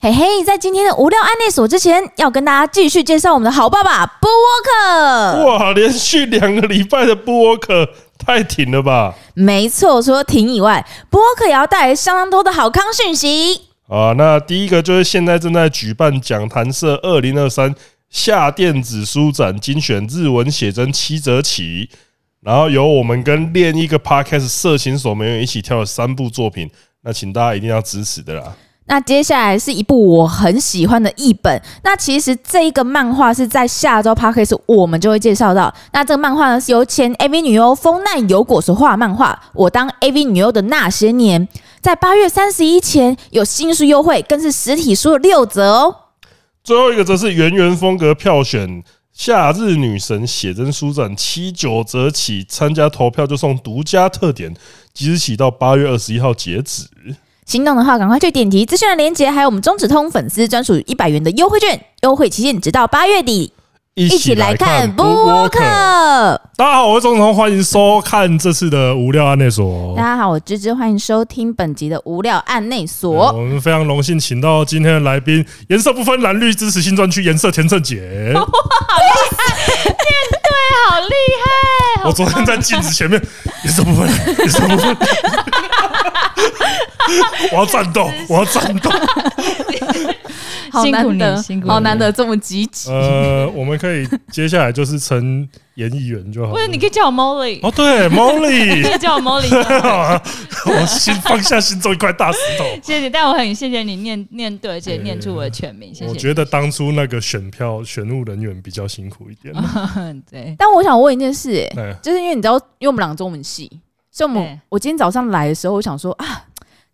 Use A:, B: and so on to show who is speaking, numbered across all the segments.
A: 嘿嘿，在今天的无聊案内所之前，要跟大家继续介绍我们的好爸爸布沃克。
B: 哇，连续两个礼拜的布沃克太挺了吧？
A: 没错，除了停以外，布沃克也要带来相当多的好康讯息。
B: 啊，那第一个就是现在正在举办讲坛社二零二三夏电子书展精选日文写真七折起，然后由我们跟另一个 podcast 色情守门员一起挑了三部作品，那请大家一定要支持的啦。
A: 那接下来是一部我很喜欢的译本。那其实这一个漫画是在下周 p a r k a s 我们就会介绍到。那这个漫画呢是由前 AV 女优丰奈由果所画的漫画《我当 AV 女优的那些年》，在八月三十一前有新书优惠，更是实体书的六折哦。
B: 最后一个则是圆圆风格票选夏日女神写真书展七九折起，参加投票就送独家特点，即日起到八月二十一号截止。
A: 行动的话，赶快去点击资讯的链接，还有我们中指通粉丝专属一百元的优惠券，优惠期限直到八月底。
B: 一
A: 一起来看布
B: 布
A: 沃
B: 沃克。
A: 克。大
C: 大家好，我是钟彤，欢迎收看这次的无聊案内所。
A: 家好，我芝芝，欢迎收听本集的无聊案内
C: 我
A: 所。
C: 们非常荣幸请到今天的来宾，颜色不分蓝绿，支持新专区颜色田胜姐。
A: 哦哎
D: 好厉害！
C: 我昨天在镜子前面，颜色不分，颜色不分。 我要战斗，我要战斗。
A: 好
D: 辛苦
A: 难
D: 你
A: 得
D: 辛，苦你
A: 好难得这么积极。
C: 呃，我们可以接下来就是称演议员就好
D: 不
C: 了
D: 是，。你可以叫我 Molly，
C: 哦，对
D: 可
C: ，Molly，
D: 以叫我 Molly。
C: 我心放下心中一块大石头。
D: 谢谢你，但我很谢谢你念念对，而且念出我的全名，谢谢。
C: 我觉得当初那个选票选务人员比较辛苦一点。 哎
D: 嗯， 对，
A: 但我想问一件事、欸，
C: 对
A: 就是因为你知道，因为我们两个中文系，所以我们
D: 对
A: 我今天早上来的时候，我想说啊，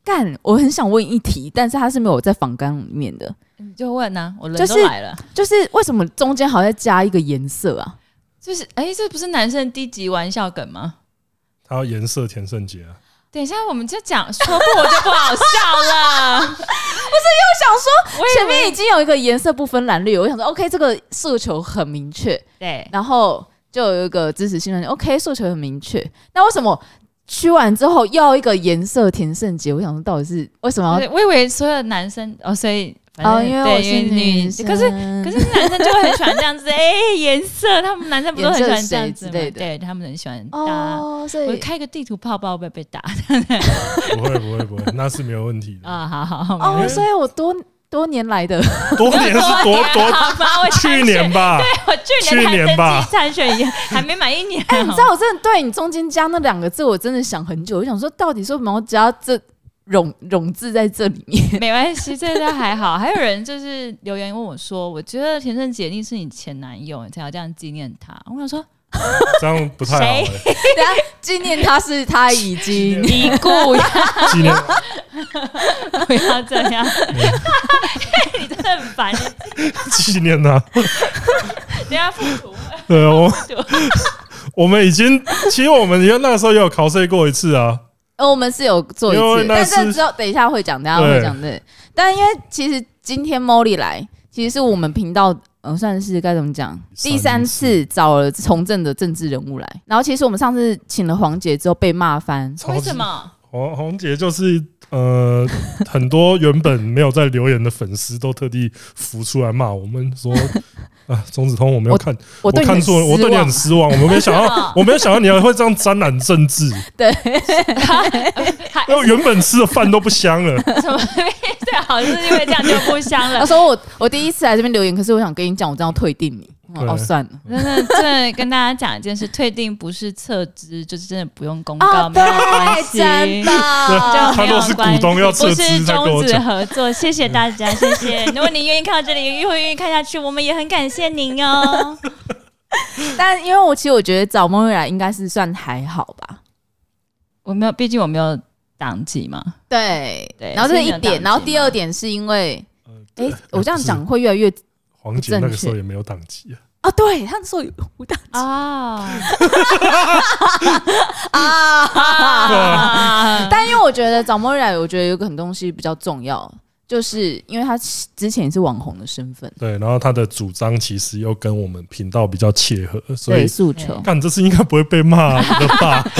A: 干，我很想问一题，但是它是没有在访纲里面的，
D: 你就问呐，我
A: 就
D: 人
A: 是
D: 都来了。
A: 就是为什么中间好像加一个颜色啊？
D: 就是，哎，这不是男生低级玩笑梗吗？
C: 他要颜色田胜 杰啊，
D: 等一下，我们就讲说不，我就不好 笑了。
A: 我想说。
D: 我以
A: 前
D: 为
A: 面已经有一个颜色不分蓝绿，我想说 OK，这个诉求很明确，
D: 对，
A: 然后就有一个支持新人 OK，诉求很明确。那为什么区完之后要一个颜色田胜杰？我想说到底是为什么
D: 我以为所有的男生哦，所以
A: 要？哦，
D: 反正
A: 因为
D: 对
A: 我是女生，
D: 可是可是男生就会很喜欢这样子，哎，颜色，他们男生不都很喜欢这样子
A: 颜色谁
D: 吗
A: 之类的
D: 对他们很喜欢搭。
A: 哦，所
D: 我
A: 以
D: 开个地图泡泡会被打
C: 不会不会不会，那是没有问题的。
D: 啊！好好好，
A: 哦，所以我多多年来 的
C: 多年是多多，
D: 好吧，我
C: 去年吧，
D: 我去
C: 去年
D: 年
C: 吧
D: 才参选也还没满一年，
A: 哎你知道我真的对你中间加那两个字，我真的想很久，我想说到底是为什么要加这冗冗字在这里 面？
D: 没关系，这都还好。还有人就是留言问我说，我觉得田胜杰一定是你前男友，你才要这样纪念他。我想说，
C: 这样不太好
A: 等
C: 欸、
A: 一下纪念他是他已经
D: 已故，
C: 纪 念
D: 不要这样，你真的很烦。
C: 纪念他。
D: 等一下复读，
C: 啊对，啊 我我们已经，其实我们也那个时候也有考试过一次啊。
A: 呃，我们是有做一
C: 因为
A: 次，
C: 那
A: 但
C: 是
A: 这之后等一下会讲，等一下会讲的。但因为其实今天 Molly 来，其实是我们频道。嗯，算是该怎么讲？
C: 三次
A: 第三次找了从政的政治人物来，然后其实我们上次请了黄姐之后被骂翻，
C: 超级
D: 为什么？
C: 黄黄姐就是呃，很多原本没有在留言的粉丝都特地浮出来骂我们说啊，钟子通我没有看，
A: 我对你
C: 看
A: 很
C: 错了，我
A: 失
C: 对你
A: 望
C: 很失望，我没有 想
D: 为什么
C: 到，我没有想到你还会这样沾染政治，
A: 哎
D: 还
C: 因为原本吃的饭都不香了。
A: 哎
D: 什么？对，好像是因为这样就不香了
A: 他。说我我第一次来这边留言，可是我想跟你讲，我这样退订你。
C: 对
A: 哦，算了。
D: 真的，真的跟大家讲一件事，退订不是撤资，就是真的不用公告，
A: 哦，
D: 嗯没有关
A: 对，
D: 系。
A: 真
D: 就
A: 的。
C: 他都是股东要撤资
D: 不是
C: 再跟
D: 终
C: 我
D: 止
C: 讲
A: 啊
D: 合作，谢谢大家，谢谢。如果你愿意看到这里，如果愿意看下去，我们也很感谢您哦。
A: 但因为我其实我觉得找孟瑞来应该是算还好吧。
D: 我没有，毕竟我没有档期嘛。
A: 对
D: 对
A: 然后这是一
D: 是你有档
A: 点，
D: 期
A: 然后第
D: 吗
A: 二点是因为，
C: 呃
A: 哎、我这样
C: 是
A: 讲会越来越
C: 黄姐那个时候也没有档期啊，
A: 啊，对，他说五档啊，
D: 啊啊！ 啊
A: 但因为我觉得找莫瑞来，我觉得有个很东西比较重要，就是因为他之前也是网红的身份，
C: 对，然后他的主张其实又跟我们频道比较切合，所
A: 对
C: 以
A: 诉求
D: 对，
C: 干这次应该不会被骂的吧？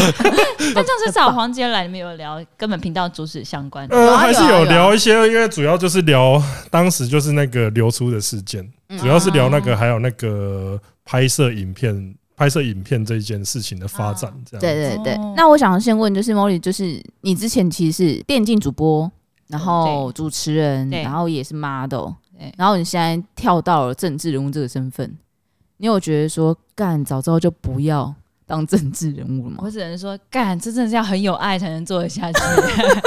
D: 那这次找黄杰来，你们有聊跟本频道主旨相关的？
A: 有
C: 呃，
A: 啊
C: 还是
A: 有啊
C: 有
A: 有啊
C: 聊一些，因为主要就是聊当时就是那个流出的事件，
A: 嗯
C: 主要是聊那个还有那个拍摄影片、拍摄影片这一件事情的发展，这
A: 啊
C: 样
A: 对对对
D: 哦。
A: 那我想先问，就是 Molly，就是你之前其实是电竞主播，然后主持人，
D: 对
A: 然后也是 model，
D: 对
A: 然后你现在跳到了政治人物这个身份，你有觉得说干早知道就不要当政治人物了吗？
D: 我只能说，干，这真的是要很有爱才能做得下去。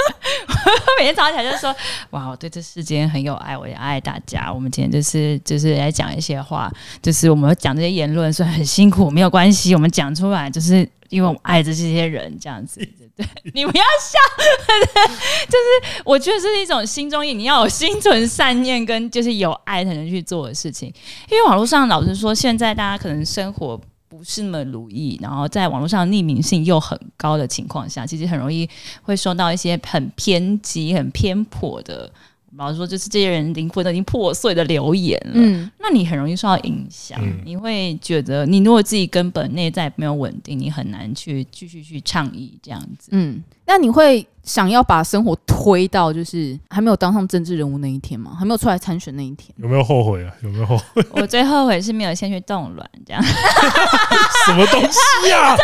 D: 每天早上起来就说，哇，我对这世间很有爱，我也爱大家。我们今天就是就是来讲一些话，就是我们讲这些言论虽然很辛苦，没有关系，我们讲出来，就是因为我们爱着这些人，这样子。对，你不要笑，就是我觉得这是一种心中意，你要有心存善念跟就是有爱才能去做的事情。因为网络上老实说，现在大家可能生活不是那么如意，然后在网络上匿名性又很高的情况下，其实很容易会收到一些很偏激、很偏颇的，老实说，就是这些人灵魂都已经破碎的留言了。
A: 嗯，
D: 那你很容易受到影响，
C: 嗯
D: 你会觉得你如果自己根本内在没有稳定，你很难去继续去倡议这样 子。
A: 嗯，那你会想要把生活推到就是还没有当上政治人物那一天吗？还没有出来参选那一天？
C: 有没有后悔啊？有没有后悔？
D: 我最后悔是没有先去冻卵，这样
C: 什么东西呀？
A: 啊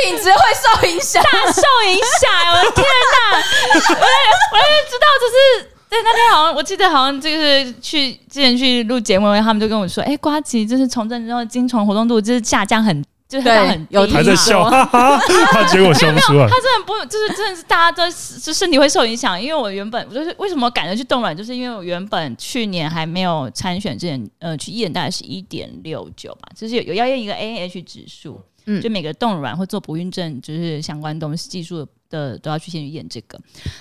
A: 品质会受影响。
D: 大受影响，我的天哪！我也我也知道，就是在那天好像我记得好像就是去之前去录节目，他们就跟我说，哎、瓜吉就是从政之后精虫活动度就是下降很，就是下降很低
A: 对有
D: 嘛
C: 还在笑，哈哈，他结果笑不出来
D: 他。真的不就是真的是大家都是就身体会受影响，因为我原本我就是为什么赶着去冻卵，就是因为我原本去年还没有参选之前，呃，去验大概是一点六九吧，就是有有要验一个 AH 指数，
A: 嗯
D: 就每个冻卵或做不孕症就是相关东西技术的。的都要去先去验这个，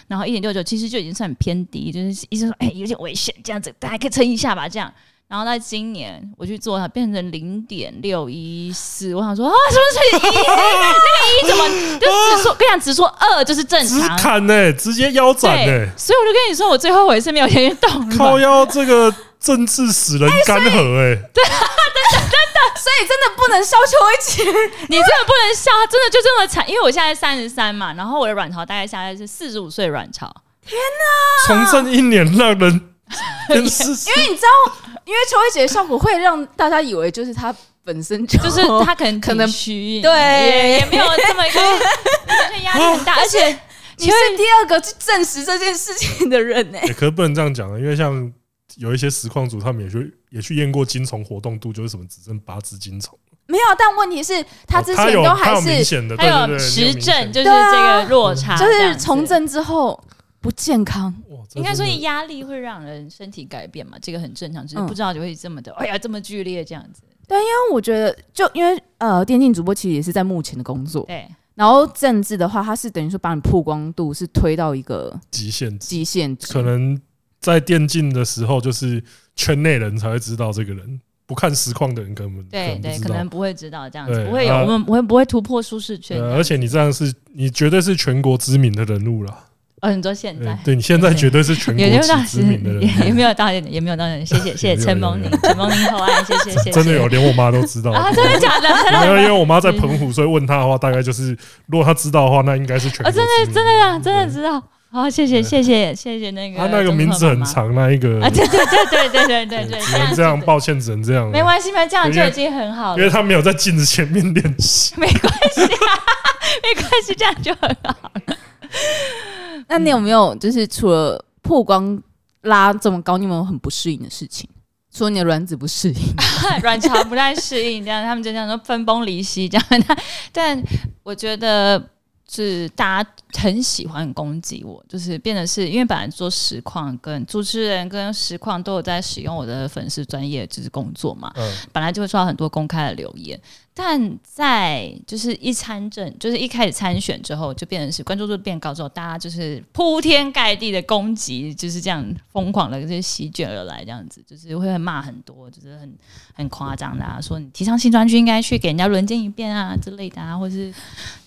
D: 然后一点六九其实就已经算很偏低，就是医生说哎、有点危险，这样子大家可以撑一下吧这样。然后在今年我去做它变成零点六一四，我想说啊什么是一那个一怎么就只说哎跟你讲只说二就是正
C: 直
D: 常，
C: 砍呢，直接腰斩
D: 对
C: 呢，，
D: 所以我就跟你说，我最后悔是没有先去动
C: 欸靠腰这个政治使人干涸哎，
A: 所以真的不能消秋一姐。
D: 你真的不能笑，真的就这么惨，因为我现在三十三嘛，然后我的卵巢大概现在是四十五岁卵巢，
C: 从政一年让人真是
A: 因哎为你知道，因为秋一姐的效果会让大家以为就是她本身就
D: 就是
C: 哦
D: 她可能
A: 可能
D: 体虚，
A: 对
D: 也也 没有这么一个就是压力
C: 哦
D: 很大，而且
A: 你是第二个去证实这件事情的人哎呢、
C: 欸可是不能这样讲啊，因为像有一些实况组，他们也去也去验过精虫活动度，就是什么只剩八只精虫，
A: 没有，但问题是，她之
C: 哦
A: 前
C: 有
A: 都还
C: 他有明
A: 是、
C: 显的，
D: 还
C: 对对
D: 有
C: 对，
D: 实证，就是
A: 对啊
D: 这个落差，
A: 就
D: 这样
A: 是
D: 子
A: 从。政之后不健康。
C: 你
D: 应该说
C: 一样。
D: 压力会让人身体改变嘛，这个很正常，只是
A: 嗯
D: 不知道就会这么的，哎呀，这么剧烈这样子。
A: 但我觉得，就因为呃，电竞主播其实也是在目前的工作，
D: 对，
A: 然后政治的话，它是等于说把你曝光度是推到一个
C: 极限值，
A: 极限值。
C: 可能在电竞的时候，就是圈内人才会知道这个人，不看实况的人根本
D: 对对，
C: 可
D: 可
C: 能
D: 能
C: 不
D: 不会知道这样子，
C: 对
D: 不会有
C: 啊
D: 我们不会不会突破舒适
C: 知
D: 圈
C: 道。
D: 这
C: 呃
D: 样。
C: 而且你这样是你绝对是全国知名的人物了，
D: 哦，你说现在
C: 对对你现在绝对是 全
D: 也没有到
C: 国知名的人物
D: 也也没有到也没有到，谢谢 谢谢陈萌宁，陈萌宁厚爱，啊谢谢谢谢。
C: 真的有，连我妈都知道。
D: 啊，真的假的？真
C: 没有，因为
D: 的
C: 我妈在澎湖，所以问她的话，大概就是如果她知道的话，那应该是全国
D: 哦，
C: 知名、
D: 真的真的啊，真的知道。好，谢谢
C: 对
D: 谢谢谢谢那个
C: 她那个名字很长，那一个
D: 啊，对对对对对对对对，
C: 只能这样，抱歉，只能这样，
D: 没关系嘛，这样
C: 因
D: 就
C: 为
D: 已经很好
C: 因为
D: 了，
C: 她没有在镜子前面练习。
D: 没关系啊， 没关系，这样就很好。
A: 那你有没有就是除了曝光拉这么高，你有没有很不适应的事情？除了你的卵子不适应，
D: 卵巢不太适应，这样他们就这样说分崩离析这样。 但但我觉得是大家很喜欢攻击我，就是变得是因为本来做实况跟主持人跟实况都有在使用我的粉丝专业就是工作嘛，
C: 嗯，
D: 本来就会收到很多公开的留言，但在就是一参政，就是一开始参选之后，就变成是关注度变高之后，大家就是铺天盖地的攻击，就是这样疯狂的就是席卷而来，这样子就是会骂很多，就是很很夸张的、啊，说你提倡新专区应该去给人家轮奸一遍啊之类的啊，或是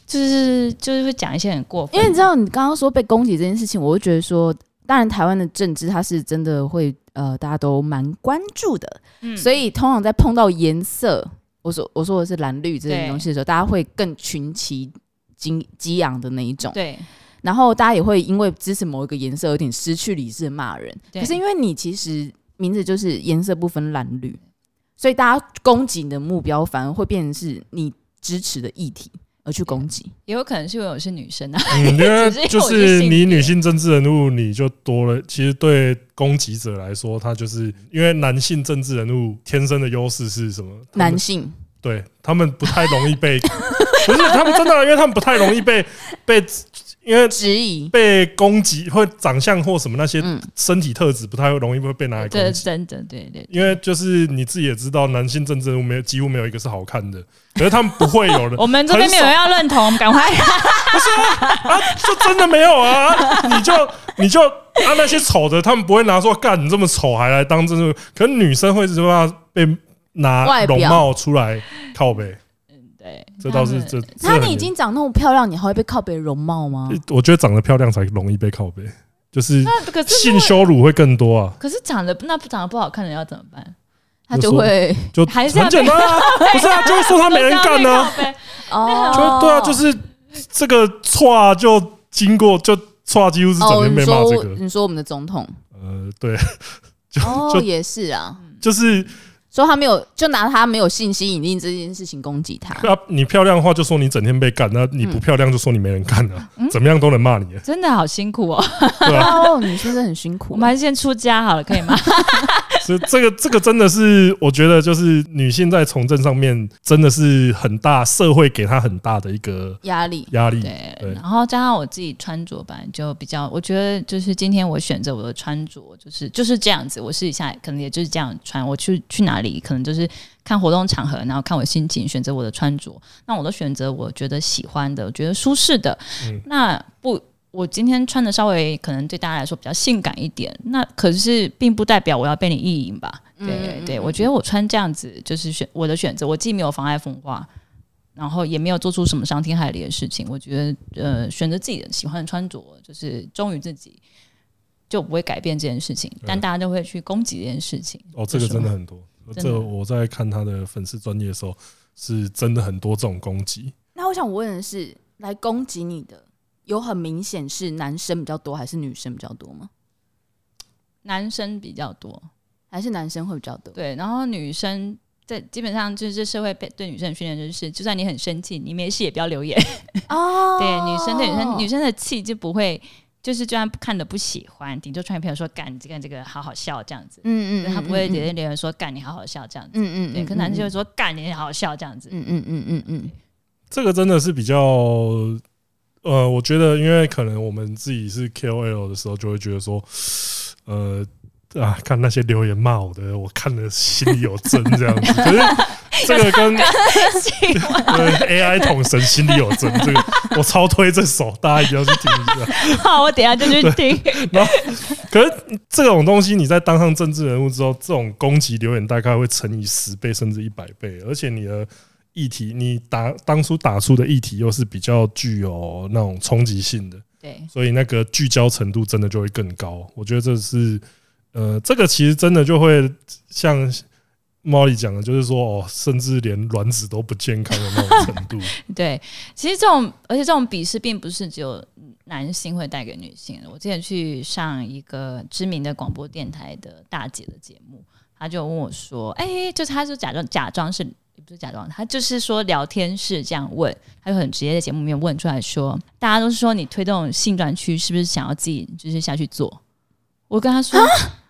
D: 就是就是会讲一些很过分
A: 因
D: 的，
A: 为你知道，你刚刚说被攻击这件事情，我就觉得说，当然台湾的政治它是真的会呃大家都蛮关注的，
D: 嗯
A: 所以通常在碰到颜色，我说我说的是蓝绿这
D: 对
A: 种东西的时候，大家会更群起激激昂的那一种。
D: 对
A: 然后大家也会因为支持某一个颜色有点失去理智地骂人。
D: 对
A: 可是因为你其实名字就是颜色不分蓝绿，所以大家攻击你的目标反而会变成是你支持的议题而去攻击。
D: 也有可能是因为我是女生啊，
C: 嗯，因为
D: 只是
C: 就
D: 因为我是
C: 是
D: 性
C: 你
D: 别
C: 女性政治人物，你就多了。其实对攻击者来说，他就是因为男性政治人物天生的优势是什么？他们
A: 男性
C: 对他们不太容易 被，不是他们真的啊，因为他们不太容易被被，因为
A: 质疑，
C: 被攻击或长相或什么那些
A: 嗯，
C: 身体特质不太容易会被拿
A: 哎
C: 来
D: 这
C: 攻
D: 是
C: 击。
D: 真的， 对对
C: 因为就是你自己也知道，男性政治人物没有几乎没有一个是好看的，可是他们不会有人
D: 我们这边没有人要认同，赶快
C: 啊，就 真的没有啊！啊你就你就啊，那些丑的，他们不会拿说干你这么丑还来当真的，可是女生会是怕被拿
A: 外表
C: 容貌出来靠背，
D: 对，
C: 这倒是
D: 他们
C: 这。这
A: 那
C: 很
A: 你已
C: 严
A: 经长那么漂亮，你还会被靠北容貌吗？
C: 我觉得长得漂亮才容易被靠背，就是
D: 那可是
C: 性羞辱会更多啊，
D: 可是长得那长得不好看的人要怎么办？
A: 他就会
C: 就
D: 还是要
C: 很简单啊，不是啊，就会说他没人干呢、啊，
D: 呗。
A: 哦
C: 就对啊，就是这个错啊就经过就错啊几乎是整
A: 哦，
C: 天
A: 你
C: 被骂这
A: 说
C: 个，
A: 你说我们的总统
C: 呃，对，
A: 哦
C: 就嗯
A: 也是啊，
C: 就是
A: 说他没有就拿他没有性吸引力这件事情攻击他。
C: 啊，你漂亮的话就说你整天被干，那你
D: 嗯
C: 不漂亮就说你没人干啊，怎么样都能骂你，啊
D: 真的好辛苦 哦，
C: 对吧、
A: 哦，女生真的很辛苦
D: 我。们还是先出家好了，可以吗？
C: 所以这个 这个真的是，我觉得就是女性在从政上面真的是很大，社会给她很大的一个
A: 压力，
C: 压力。
D: 对，
C: 对
D: 然后加上我自己穿着吧，就比较，我觉得就是今天我选择我的穿着，就是就是这样子，我私底下可能也就是这样穿，我去去哪里可能就是看活动场合，然后看我心情选择我的穿着，那我都选择我觉得喜欢的，我觉得舒适的，那不。我今天穿的稍微可能对大家来说比较性感一点，那可是并不代表我要被你意淫吧？对对对，我觉得我穿这样子就是选我的选择，我既没有妨碍风化，然后也没有做出什么伤天害理的事情。我觉得，呃，选择自己的喜欢的穿着，就是忠于自己，就不会改变这件事情。但大家就会去攻击这件事情。
C: 哦，这个真的很多，
D: 真的
C: 这我在看她的粉丝专业的时候，是真的很多这种攻击。
A: 那我想问的是，来攻击你的有很明显是男生比较多还是女生比较多吗？
D: 男生比较多，
A: 还是男生会比较多？
D: 对，然后女生。在基本上就是社会被对女生的训练，就是就算你很生气，你没事也不要留言。
A: 哦
D: 对，女生对女生，女生的气就不会，就是就算看的不喜欢，顶多传给朋友说干你这个这个好好笑这样子，
A: 嗯
D: 他不会直接留言说干你好好笑这样子。
A: 嗯
D: 对，可男生就会说干你好好笑 这样子。
A: 嗯嗯嗯嗯嗯，
C: 这个真的是比较，呃，我觉得，因为可能我们自己是 KOL 的时候，就会觉得说，呃，啊，看那些留言骂我的，我看了心里有针这样子。可是这个跟对 AI 统神心里有针，这个我超推这首，大家一定要去听一下。
D: 好，我等一下就去听。
C: 可是这种东西，你在当上政治人物之后，这种攻击留言大概会乘以十倍甚至一百倍，而且你的议题，你打当初打出的议题又是比较具有那种冲击性的，
D: 对，
C: 所以那个聚焦程度真的就会更高。我觉得这是，呃，这个其实真的就会像。猫里讲的，就是说哦，甚至连卵子都不健康的那种程度。
D: 对，其实这种，而且这种鄙视并不是只有男性会带给女性的。我之前去上一个知名的广播电台的大姐的节目，她就问我说：“哎、就是她就假装假装是，也不是假装，她就是说聊天室这样问，她就很直接在节目里面问出来说，大家都是说你推动性专区，是不是想要自己就是下去做？”我跟她说，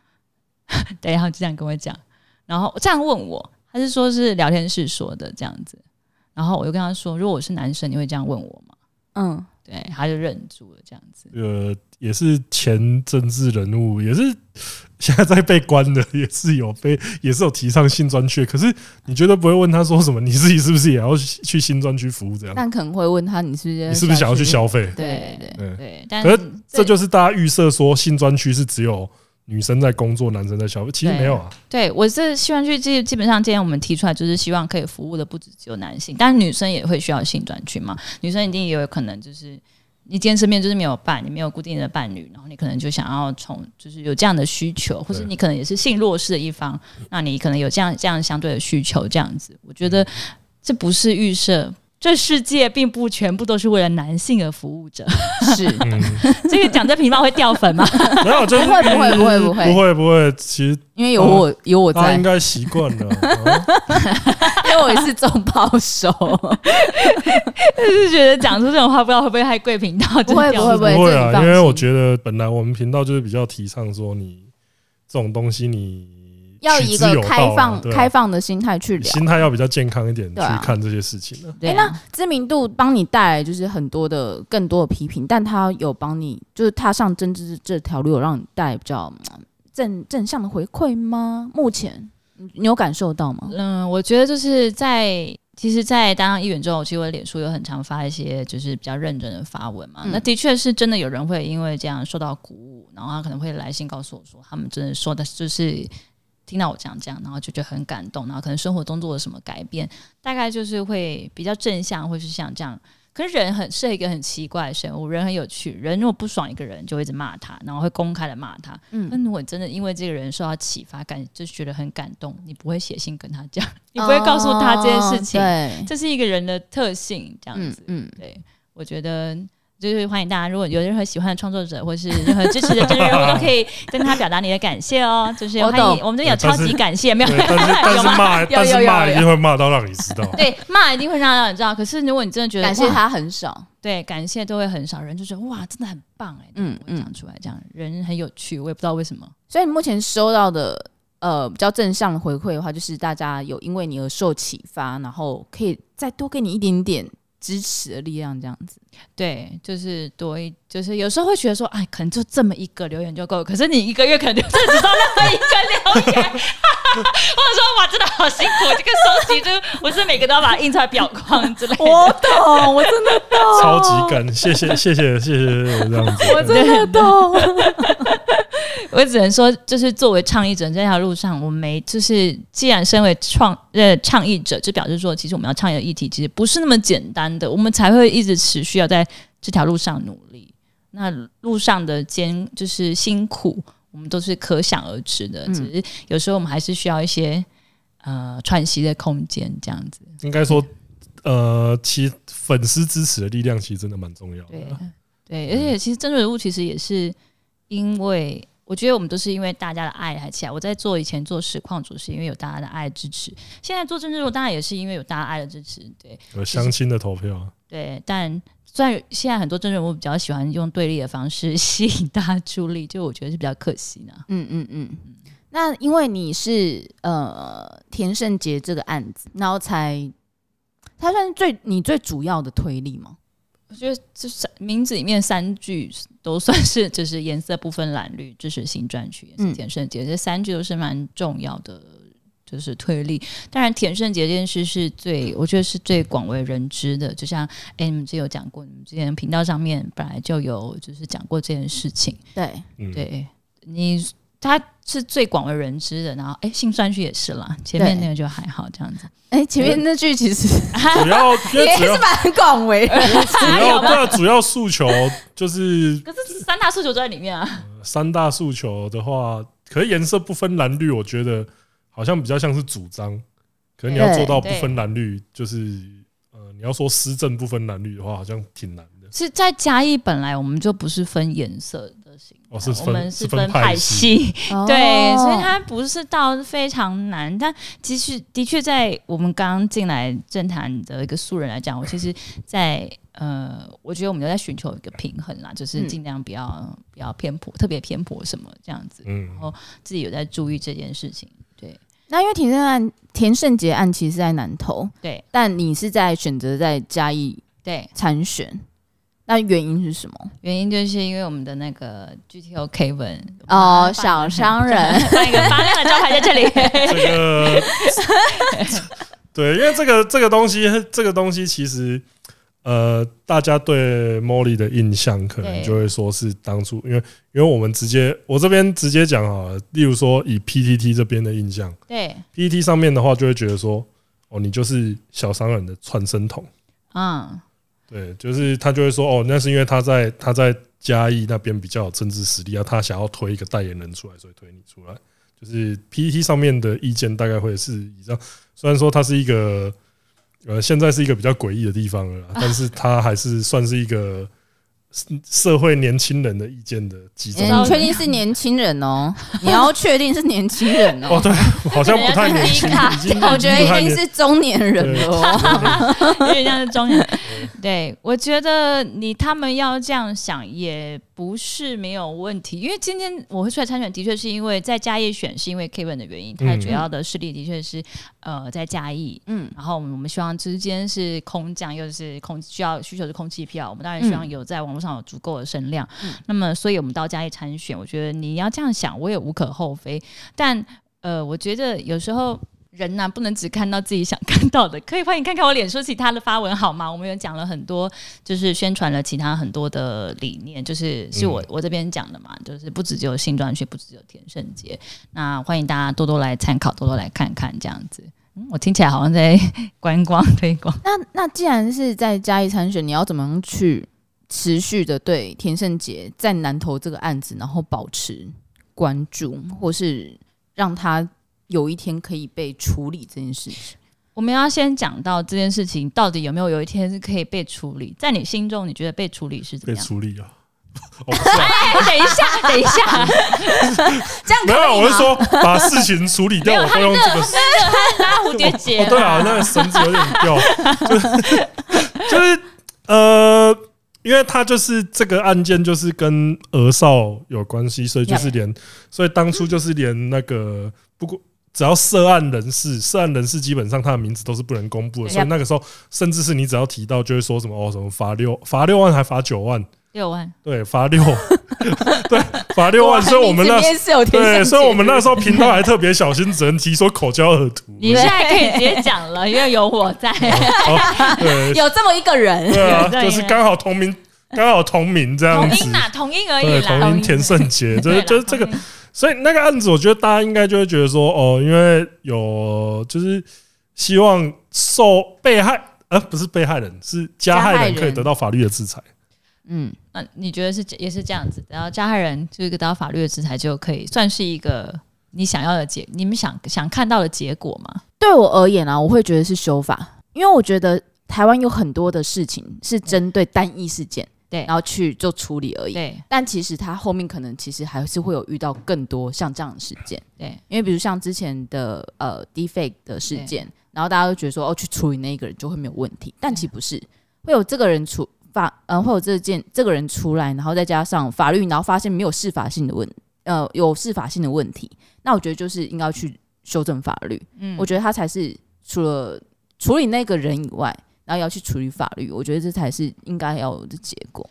D: 对，然后就这样跟我讲，然后这样问我，她是说是聊天室说的这样子。然后我就跟他说，如果我是男生，你会这样问我吗？
A: 嗯，
D: 对，他就忍住了，这样子。
C: 呃，也是前政治人物，也是现在在被关的，也是有被，也是有提倡新专区。可是你绝对不会问他说什么，你自己是不是也要去新专区服务？这样，
A: 但可能会问他，嗯你是不是
C: 你是不是想要去？消费？
A: 对对对，
C: 对，
D: 对，但
C: 可
D: 是
C: 是这就是大家预设说新专区是只有女生在工作，男生在消费，其实
D: 对
C: 没有啊。
D: 对我是希望去基基本上，今天我们提出来就是希望可以服务的不只只有男性，但是女生也会需要性专区嘛。女生一定也有可能就是你今天身边就是没有伴，你没有固定的伴侣，然后你可能就想要从就是有这样的需求，或是
C: 对
D: 你可能也是性弱势的一方，那你可能有这样这样相对的需求，这样子，我觉得这不是预设。这世界并不全部都是为了男性而服务着，
A: 是
C: 嗯，
D: 这个讲这皮毛会掉 粉吗？
C: 没有，啊就是
A: 不会不会不会不会
C: 不会不会，其实
A: 因为有 我有我
C: 他
A: 在
C: 应，该习惯 了。啊
A: 因为我也是重炮 手，
D: 就是觉得讲出这种话，不知道会不会害贵频道？
A: 不会
D: 就是掉
A: 不会
D: 粉
A: 不会
C: 不会
A: 这你放
C: 啊，因
A: 心
C: 为我觉得本来我们频道就是比较提倡说你这种东西你
A: 要
C: 取
A: 以一
C: 之
A: 个
C: 有道啊
A: 开放
C: 对啊
A: 开放的心态去聊。
C: 心态要比较健康一点去
A: 啊对啊
C: 看这些事情 啊。
D: 对
A: 诶
D: 啊
A: 那知名度帮你带来就是很多的更多的批评，但他有帮你就是踏上政治这条路，有让你带来比较嗯正正向的回馈吗？目前你你有感受到吗？
D: 嗯，我觉得就是在。其实，在当上议员之后，其实我的脸书有很常发一些就是比较认真的发文嘛。
A: 嗯
D: 那的确是真的有人会因为这样受到鼓舞，然后他可能会来信告诉我说，他们真的说的就是听到我讲这样，然后就觉得很感动，然后可能生活中做了什么改变，大概就是会比较正向，会是像这样。可是人很是一个很奇怪的生物，人很有趣，人如果不爽一个人，就会一直骂他，然后会公开的骂他。
A: 嗯，
D: 但如果真的因为这个人受到启发，感就是觉得很感动，你不会写信跟他讲，你不会告诉他这件事情，
A: 哦对，
D: 这是一个人的特性，这样
A: 嗯
D: 子。
A: 嗯，
D: 对，我觉得。就是欢迎大家，如果有任何喜欢的创作者，或是任何支持的这个人物，都可以跟他表达你的感谢哦。就是
A: 我
D: 欢迎
A: 懂，
D: 我们这边有
C: 对
D: 超
C: 但是
D: 级感谢，没有
C: 对，但是但
D: 有
C: 是
D: 吗？
C: 骂，但
A: 有
C: 是
A: 有
C: 骂
A: 有
C: 一定会骂到让你知道。
D: 对，骂一定会让让你知道。可是如果你真的觉得
A: 感谢
D: 哇
A: 他很少，
D: 对，感谢都会很少人就觉得哇，真的很棒哎，
A: 嗯
D: 嗯，我讲出来这样，人很有趣，我也不知道为什么。
A: 所以你目前收到的呃比较正向的回馈的话，就是大家有因为你而受启发，然后可以再多给你一点点支持的力量，这样子。
D: 对，就是多一，就是有时候会觉得说，哎，可能就这么一个留言就够了。可是你一个月可能就只收到那么一个留言， 或者说哇，真的好辛苦，这个收集就是我是每个都要把它印出来表框之类的。
A: 懂， 我真的懂，
C: 超级感，谢谢谢谢谢谢这 样子。
A: 我真的懂。
D: 我只能说，就是作为倡议者这条路上，我没就是，既然身为创呃倡议者，就表示说，其实我们要倡议的议题其实不是那么简单的，我们才会一直持续要在这条路上努力。那路上的艰就是辛苦，我们都是可想而知的，
A: 嗯
D: 只是有时候我们还是需要一些呃喘息的空间，这样子。
C: 应该说，呃，其粉丝支持的力量其实真的蛮重要的
D: 对。对，而且其实真人物其实也是因为，我觉得我们都是因为大家的爱才起来。我在做以前做实况主是因为有大家的爱支持，现在做政治人物当然也是因为有大家爱的支持。对
C: 有相亲的投票，啊
D: 对，但虽然现在很多政治人物比较喜欢用对立的方式 吸引大家注意力，就我觉得是比较可惜呢。
A: 嗯嗯嗯。那因为你是呃田胜杰这个案子，然后才他算是最你最主要的推力吗？
D: 我觉得这三名字里面三句都算是就是颜色不分蓝绿，支持新专区也是
A: 嗯
D: 田胜杰，这三句都是蛮重要的，就是推力。当然，田胜杰这件事是最我觉得是最广为人知的，就像哎、你们之前有讲过，你们之前频道上面本来就有就是讲过这件事情，
A: 对，
C: 嗯，
D: 对你。他是最广为人知的，然后哎，新专区也是啦，前面
A: 对
D: 那个就还好这样子。
A: 哎、前面那句其 实
C: 主要因 为
A: 也
C: 主要
A: 是蛮广为的，
C: 主要对啊，主要诉求就是
D: 可是三大诉求都在里面啊，
C: 三大诉求的话，可是颜色不分蓝绿，我觉得好像比较像是主张。可是你要做到不分蓝绿，就是呃，你要说施政不分蓝绿的话，好像挺难的。
D: 是在嘉义本来我们就不是分颜色的形
C: 哦，是
D: 哎我
C: 分
D: 们
C: 是
D: 是
C: 分
D: 分派
C: 系，
D: 系，对，所以
A: 哦
D: 它不是到非常难，但其实的确在我们刚进来政坛的一个素人来讲，我其实在，呃，我觉得我们都在寻求一个平衡啦，就是
A: 嗯
D: 尽量不要、不要偏颇，特别偏颇什么这样子，
C: 嗯，
D: 自己有在注意这件事情。对
A: 那因为田胜案、田胜杰案其实是在南投，
D: 对
A: 但你是在选择在嘉义
D: 对，
A: 参选，那原因是什么？
D: 原因就是因为我们的那个 GTO K 文
A: 哦，小商 人，
D: 放一个发亮的招牌在这里，
C: 这个对，因为这个这个东西，这个东西其实呃，大家对 Molly 的印象可能
D: 对
C: 就会说是当初，因为因为我们直接我这边直接讲好了，例如说以 PTT 这边的印象
D: 对，
C: ，PTT 上面的话就会觉得说，哦，你就是小商人的传声筒。
D: 嗯。
C: 对，就是他就会说哦，那是因为他在他在嘉义那边比较有政治实力啊，他想要推一个代言人出来，所以推你出来。就是 PPT 上面的意见大概会是以上，虽然说它是一个呃现在是一个比较诡异的地方了啦，
A: 啊
C: 但是它还是算是一个社社会年轻人的意见的集中
D: 嗯
C: 地。
D: 道
A: 你确定是年轻人 哦？你要确定是年轻人
C: 哦，
A: 哦。
C: 对，好像不太年轻，
D: 人家
C: 已
D: 是
C: 经
D: 低
A: 啊我觉得
C: 不太
A: 一定
C: 年
A: 是中年人了哦。
D: 有点像是中年。对，我觉得你他们要这样想也不是没有问题，因为今天我会出来参选，的确是因为在嘉义选，是因为 Kevin 的原因，他
C: 嗯
D: 主要的势力的确是呃在嘉义。
A: 嗯，
D: 然后我们我们希望之间是空降，又是空需要需求是空气票，我们当然希望有在网络上有足够的声量。那么，所以我们到嘉义参选，我觉得你要这样想，我也无可厚非。但呃，我觉得有时候人呐、不能只看到自己想看到的，可以欢迎看看我脸书其他的发文好吗？我们有讲了很多，就是宣传了其他很多的理念，就是是我、我这边讲的嘛，就是不只只有性专学，不只只有田圣杰，那欢迎大家多多来参考，多多来看看这样子。嗯我听起来好像在观光推广。
A: 那那既然是在嘉义参选，你要怎么样去持续的对田胜杰在南投这个案子，然后保持关注，或是让他有一天可以被处理这件事情？
D: 我们要先讲到这件事情到底有没有有一天是可以被处理，在你心中你觉得被处理是怎
C: 被
D: 么样？
C: 处理啊。哦，不是啊，
D: 哎，等一下，等一下，
A: 这样可
C: 没
A: 以吗
C: 有，啊我是说把事情处理掉，我会用这个
D: 拉蝴蝶结
C: 哦，对啊，那个绳子有点掉，就是就是呃，因为他就是这个案件就是跟儿少有关系，所以就是连，所以当初就是连那个不过。只要涉案人士，涉案人士基本上他的名字都是不能公布的，
D: 对
C: 所以那个时候，甚至是你只要提到，就会说什么哦，什么罚六罚六万还罚九万，
D: 六万，
C: 对，罚六， 对，罚六万，所以我们那
A: 名字里面是有田胜杰，
C: 对，所以我们那时候频道还特别小心，只能提说口交恶徒。
D: 你现在可以直接讲 了，因为有我在。
C: 哦对，
A: 有这么一个人，
C: 对啊，
D: 对
C: 就是刚好同名，刚好同名这样
D: 同
C: 子
D: 音。啦，同音而已
C: 对，
D: 啦，
C: 同音田胜杰，就
D: 对
C: 是
D: 啦，
C: 就是这个
D: 同，音
C: 所以那个案子，我觉得大家应该就会觉得说，哦，因为有就是希望受被害，呃，不是被害人，是加害人可以得到法律的制裁。
A: 嗯，
D: 那你觉得是也是这样子？然后加害人就是得到法律的制裁，就可以算是一个你想要的结，你们想想看到的结果吗？
A: 对我而言啊，我会觉得是修法，因为我觉得台湾有很多的事情是针对单一事件，
D: 对
A: 然后去做处理而已。
D: 对
A: 但其实他后面可能其实还是会有遇到更多像这样的事件，
D: 对
A: 因为比如像之前的呃 defect 的事件，然后大家都觉得说哦去处理那个人就会没有问题，但其实不是，会有这个人出法，呃会有这件这个人出来，然后再加上法律，然后发现没有适法性的问，呃有适法性的问题，那我觉得就是应该去修正法律，
D: 嗯
A: 我觉得他才是除了处理那个人以外，然后要去处理法律，我觉得这才是应该要有的结果。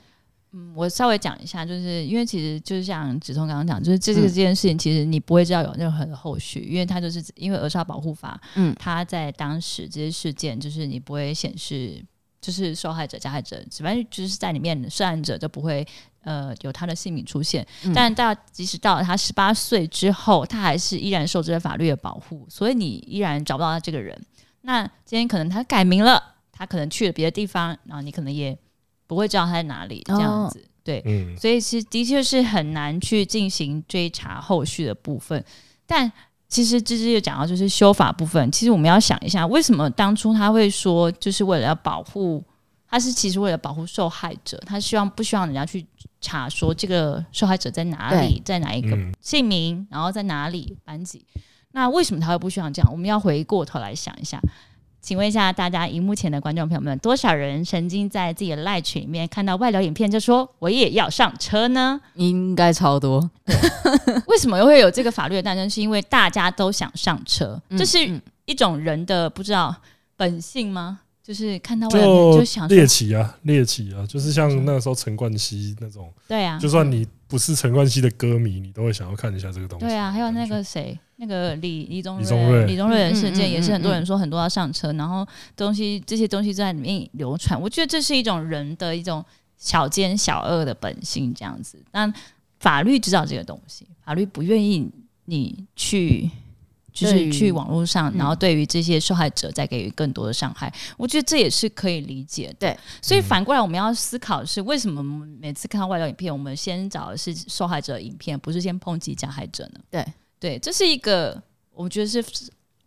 D: 嗯，我稍微讲一下，就是因为其实就是像止痛刚刚讲，就是这个
C: 嗯
D: 这件事情，其实你不会知道有任何的后续，因为它就是因为《儿少保护法》，
A: 嗯
D: 它在当时这些事件，就是你不会显示就是受害者、加害者，反正就是在里面涉案者就不会呃有他的姓名出现。
A: 嗯
D: 但到即使到了他十八岁之后，他还是依然受这些法律的保护，所以你依然找不到他这个人。那今天可能他改名了，他可能去了别的地方，然后你可能也不会知道他在哪里，这样
A: 哦
D: 子。对，
C: 嗯，
D: 所以其实的确是很难去进行追查后续的部分。但其实芝芝有讲到就是修法部分，其实我们要想一下，为什么当初他会说就是为了要保护，他是其实为了保护受害者，他希望不希望人家去查说这个受害者在哪里，在哪一个
C: 嗯
D: 姓名，然后在哪里班级。那为什么他会不希望这样？我们要回过头来想一下。请问一下大家，荧幕前的观众朋友们，多少人曾经在自己的赖群里面看到外流影片就说我也要上车 呢？
A: 应该超多，
D: 为什么会有这个法律的诞生？是因为大家都想上车，
A: 嗯
D: 这是
A: 嗯
D: 一种人的不知道本性吗？就是看到外流影片
C: 就
D: 就想说
C: 猎奇啊，猎奇啊，就是像那个时候陈冠希那种，
D: 对啊，
C: 就算你不是陈冠希的歌迷，你都会想要看一下这个东西。
D: 对啊，还有那个谁，那个李李宗
C: 李宗瑞
D: 李宗瑞的事
A: 嗯嗯
D: 件，
A: 嗯
D: 也是很多人说很多要上车，然后东西这些东西就在里面流传。我觉得这是一种人的一种小奸小恶的本性，这样子。但法律知道这个东西，法律不愿意你去就
A: 对
D: 是
A: 于
D: 去网络上，
A: 嗯
D: 然后对于这些受害者再给予更多的伤害，我觉得这也是可以理解的。
A: 对，
D: 所以反过来我们要思考的是，为什么我们每次看到外流影片，我们先找的是受害者的影片，不是先抨击加害者呢？
A: 对，
D: 对，这是一个我觉得是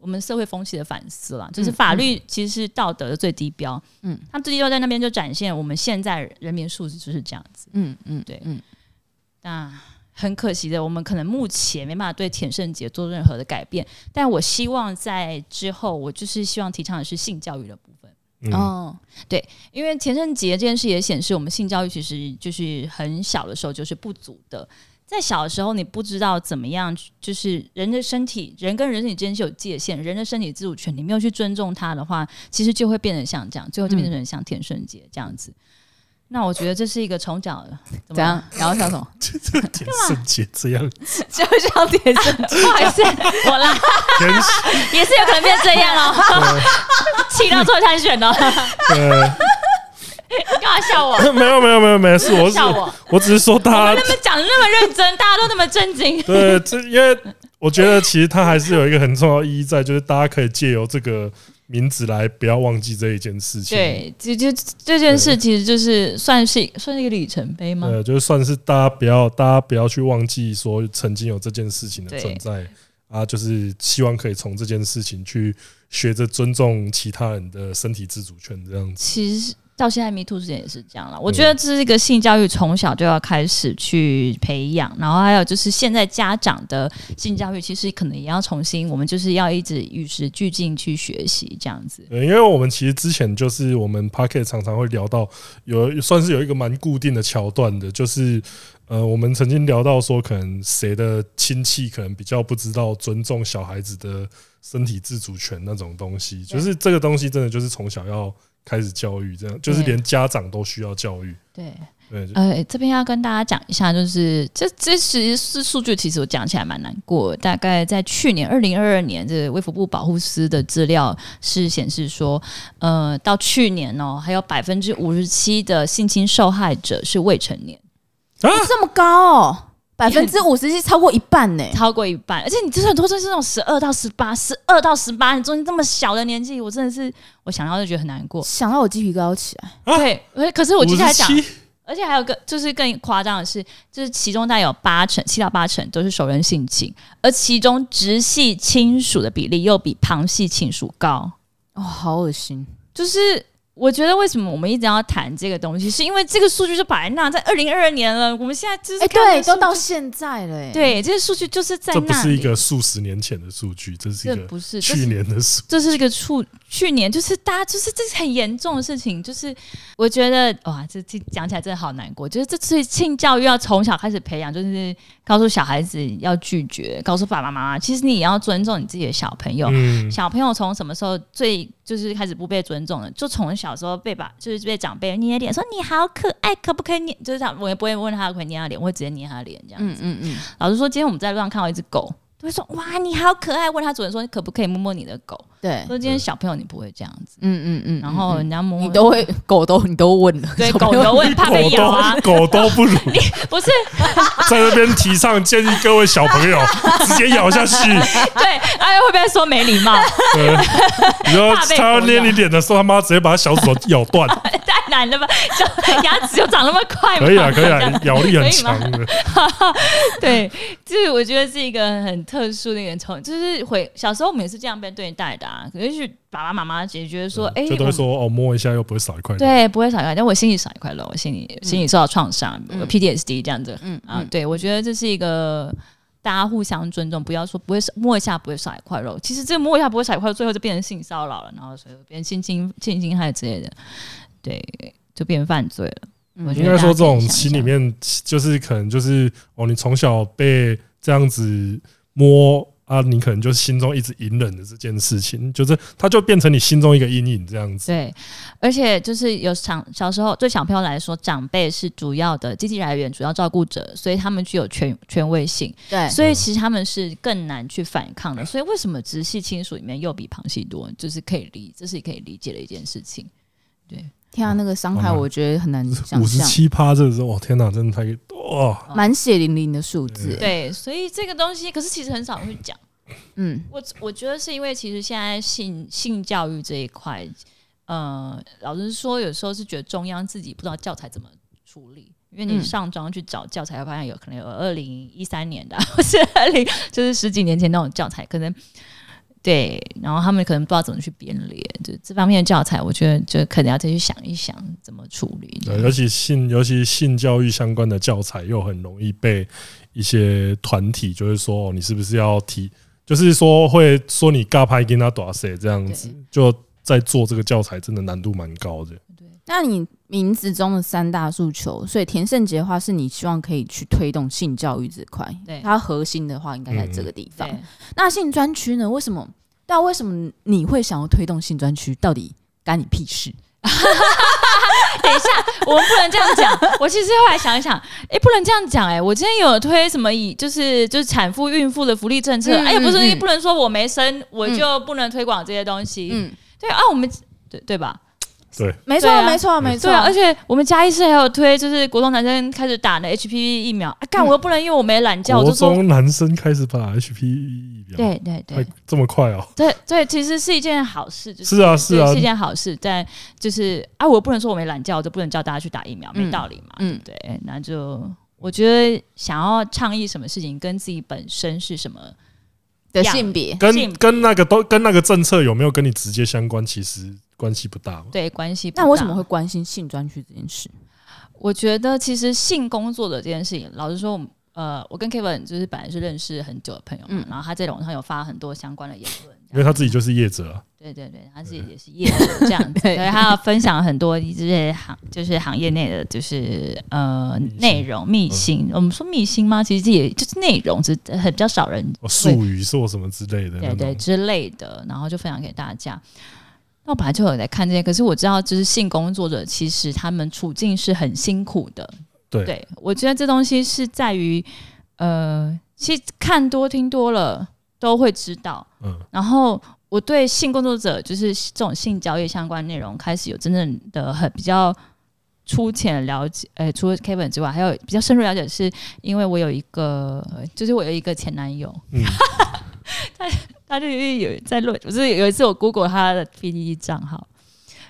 D: 我们社会风气的反思啦，就是法律其实是道德的最低标，
A: 嗯
D: 嗯，它最低标在那边就展现我们现在人民素质就是这样子。
A: 嗯嗯，
D: 对
A: 嗯，
D: 那很可惜的，我们可能目前没办法对田圣杰做任何的改变，但我希望在之后，我就是希望提倡的是性教育的部分，
C: 嗯，
A: 哦，
D: 因为田圣杰这件事也显示，我们性教育其实就是很小的时候就是不足的。在小的时候，你不知道怎么样，就是人的身体，人跟人身体之间是有界限，人的身体自主权，你没有去尊重它的话，其实就会变得像这样，最后就变成像田圣杰这样子。那我觉得这是一个从小怎
A: 怎
D: 么
A: 样？然后笑什么？
C: 田圣杰这样，
A: 就像田圣
D: 不好意思，我啦，
C: 田
D: 也是有可能变这样哦，气到做参选哦，
C: 呃，
D: 干嘛笑我？
C: 没有没有没有没事，我是
D: 笑我？
C: 我只是说大家
D: 那么讲的那么认真，大家都那么震 惊，
C: 对，这因为我觉得其实它还是有一个很重要意义在，就是大家可以借由这个名字来不要忘记这一件事情。，
D: 对，就就这件事其实就是算是算是一个里程碑吗？
C: 呃，就是算是大家不要，大家不要去忘记说曾经有这件事情的
D: 对
C: 存在啊，就是希望可以从这件事情去学着尊重其他人的身体自主权这样子。
D: 其实到现在 Me Too 事件也是这样了。我觉得这是一个性教育从小就要开始去培养，然后还有就是现在家长的性教育，其实可能也要重新，我们就是要一直与时俱进去学习这样子。
C: 对，因为我们其实之前就是我们 p o c k e t 常常会聊到有算是有一个蛮固定的桥段的，就是呃，我们曾经聊到说，可能谁的亲戚可能比较不知道尊重小孩子的身体自主权那种东西，就是这个东西真的就是从小要开始教育，这样就是连家长都需要教育。
D: 对。
C: 对，就
D: 呃，这边要跟大家讲一下，就是这这其实是数据，其实我讲起来蛮难过的。大概在去年二零二二年，这个卫福部保护司的资料是显示说，呃，到去年哦，还有百分之五十七的性侵受害者是未成年，
A: 这么高哦，百分之五十是超过一半呢。
D: 超过一半。而且你就是很多都是那种十二到十八，十二到十八，你中间这么小的年纪，我真的是我想到就觉得很难 过。
A: 想到我鸡皮疙瘩都起来，
C: 啊
D: 对，而可是我接下来讲，
C: 57
D: 而且还有个就是更夸张的是，就是其中大概有八成七到八成都是熟人性侵，而其中直系亲属的比例又比旁系亲属高。
A: 哦，好恶心。
D: 就是我觉得为什么我们一直要谈这个东西，是因为这个数据就摆在那，在二零二二年了，我们现在就是
A: 哎，
D: 看
A: 对，
D: 这个
A: 都到
D: 数据
A: 现在了，哎，
D: 对这些数据就是在
C: 这
D: 那里，
C: 不是一个数十年前的数据，这是
D: 这
C: 一个
D: 不是这
C: 去
D: 是
C: 年的数。
D: 这是一个处去年，就是大家就是这是很严重的事情，就是我觉得哇，这这讲起来真的好难过。就是这次性教育要从小开始培养，就是告诉小孩子要拒绝，告诉爸爸妈妈，其实你也要尊重你自己的小朋友。
C: 嗯，
D: 小朋友从什么时候最就是开始不被尊重了？就从小时候被把就是被长辈捏脸，说你好可爱，可不可以捏？就是这样，我也不会问他可不可以捏他脸，我会直接捏他脸这样子。
A: 嗯嗯嗯，
D: 老实说，今天我们在路上看到一只狗，都会说哇你好可爱，问他主人说可不可以摸摸你的狗？
A: 对，
D: 说今天小朋友你不会这样子，
A: 嗯嗯嗯，
D: 然后
A: 嗯嗯
D: 人家摸
A: 你都会 狗都你都问了，
D: 对
A: 小
D: 狗
A: 朋友
D: 都问怕被
C: 狗
D: 咬啊，
C: 都狗都不如，
D: 不是
C: 在那边提倡建议各位小 朋友直接咬下去。
D: 对，哎会不会说没礼貌？
C: 呃，你说
D: 怕被
C: 他要
D: 狗
C: 捏
D: 咬
C: 你脸的时候，他妈直接把他小手咬 断，
D: 太难了吧？就牙齿就长那么快吗？
C: 可以啊，可以
D: 哎这样
C: 啊，咬力
D: 可
C: 很
D: 以吗
C: 强的。
D: 对，就是我觉得是一个很特殊的一个从，就是回小时候我们也是这样被对待的啊。也许爸爸妈妈也觉得说，哎，
C: 就都
D: 我
C: 会
D: 们
C: 说哦，摸一下又不会少一块。，
D: 对，啊不会少一块，但我心里少一块肉，我心里心里受到创伤、
A: 嗯
D: 我 p d s d 这样子。
A: 嗯
D: 啊
A: 嗯，，
D: 对，我觉得这是一个大家互相尊重，不要说不会少摸一下不会少一块肉，其实这个摸一下不会少一块肉，最后就变成性骚扰了，然后所以变成性侵、性侵害之类的，对，就变犯罪了。
A: 嗯
D: 我觉
C: 应
D: 得
C: 该说
D: 大
C: 这
D: 家可以
C: 种
D: 想
C: 心
D: 象
C: 里面就是可能就是哦，你从小被这样子摸啊，你可能就心中一直隐忍的这件事情，就是它就变成你心中一个阴影这样子。
D: 对，而且就是有长小时候对小朋友来说，长辈是主要的经济来源、主要照顾者，所以他们具有权权威性，
A: 对，
D: 所以其实他们是更难去反抗的。所以为什么直系亲属里面又比旁系多，就是可以理，这是可以理解的一件事情。
A: 天啊，那个伤害
C: 哇
A: 我觉得很难想
C: 哦五十
A: 象，
C: 七趴，这个时候，哦天哪，真的太哇！
A: 蛮血淋淋的数字，
D: 对，所以这个东西可是其实很少人会讲。
A: 嗯，
D: 我我觉得是因为其实现在性性教育这一块，呃，老实说，有时候是觉得中央自己不知道教材怎么处理，因为你
A: 嗯
D: 上中央去找教材，会发现有可能有二零一三年的 啊，或是二零就是十几年前那种教材，可能对，然后他们可能不知道怎么去编列，就这方面的教材，我觉得就可能要再去想一想怎么处理。
C: 对，尤其性尤其性教育相关的教材又很容易被一些团体就是说、哦你是不是要提，就是说会说你尬拍跟他打谁这样子，就在做这个教材真的难度蛮高的。
A: 那你名字中的三大诉求，所以田胜杰的话是你希望可以去推动性教育这块，
D: 对
A: 它核心的话应该在这个地方。
D: 对，
A: 那性专区呢？为什么？但为什么你会想要推动性专区？到底干你屁事？
D: 等一下， 我们不能这样讲。我其实后来想一想，哎、不能这样讲。哎，我今天有推什么以就是就是产妇、孕妇的福利政策，
A: 嗯
D: 哎、呀，不是、
A: 嗯嗯
D: 不能说我没生我
A: 嗯
D: 就不能推广这些东西。
A: 嗯，
D: 对啊，我们对对吧？
A: 没错，
D: 对啊
A: 没错，没错。
D: 对啊，而且我们嘉义市还有推，就是国中男生开始打那 HPV 疫苗。啊，干，
A: 嗯
D: 我又不能因为我没懒觉，我
C: 国
D: 就说。
C: 中男生开始打 HPV 疫苗，
D: 对对对
C: 太这么 E 快哦？
D: 对对，其实是一件好事，就是
C: 啊，是
D: 对
C: 啊
D: 是一，件好事，但就是啊，我不能说我没懒觉，我就不能叫大家去打疫苗，没
A: 嗯
D: 道理嘛。
A: 嗯，
D: 对，那就我觉得想要倡议什么事情，跟自己本身是什么，
A: 的
D: 样
A: 性别，
D: 性
C: 跟
D: 别
C: 跟那个都跟那个政策有没有跟你直接相关，其实关系不大嘛。
D: 对关系不大。
A: 那为什么会关心性专区这件事？
D: 我觉得其实性工作者这件事情，老实说，我们呃，我跟 Kevin 就是本来是认识很久的朋友嘛，
A: 嗯
D: 然后他在网上有发很多相关的言 论，这
C: 因为
D: 样
C: 他自己就是业者、啊，
D: 对对对，他自己也是业者这样子，
A: 对
D: 对，他要分享很多这些行就是行业内的，就是呃
C: 密信
D: 内容密信。我们说密信吗？其实也就是内容，只是很比较少人
C: 哦术语或什么之类的那
D: 对
C: 种。
D: 对之类的，然后就分享给大家。那我本来就有在看这些，可是我知道，就是性工作者其实他们处境是很辛苦的。
C: 对
D: 我觉得这东西是在于，呃，其实看多听多了都会知道。
C: 嗯
D: 然后我对性工作者就是这种性交易相关内容开始有真正的很比较粗浅的了解，呃，除了 Kevin 之外，还有比较深入了解，是因为我有一个，就是我有一个前男友，
C: 嗯，
D: 他就是有在论，不是有一次我 Google 他的 PDE 账号，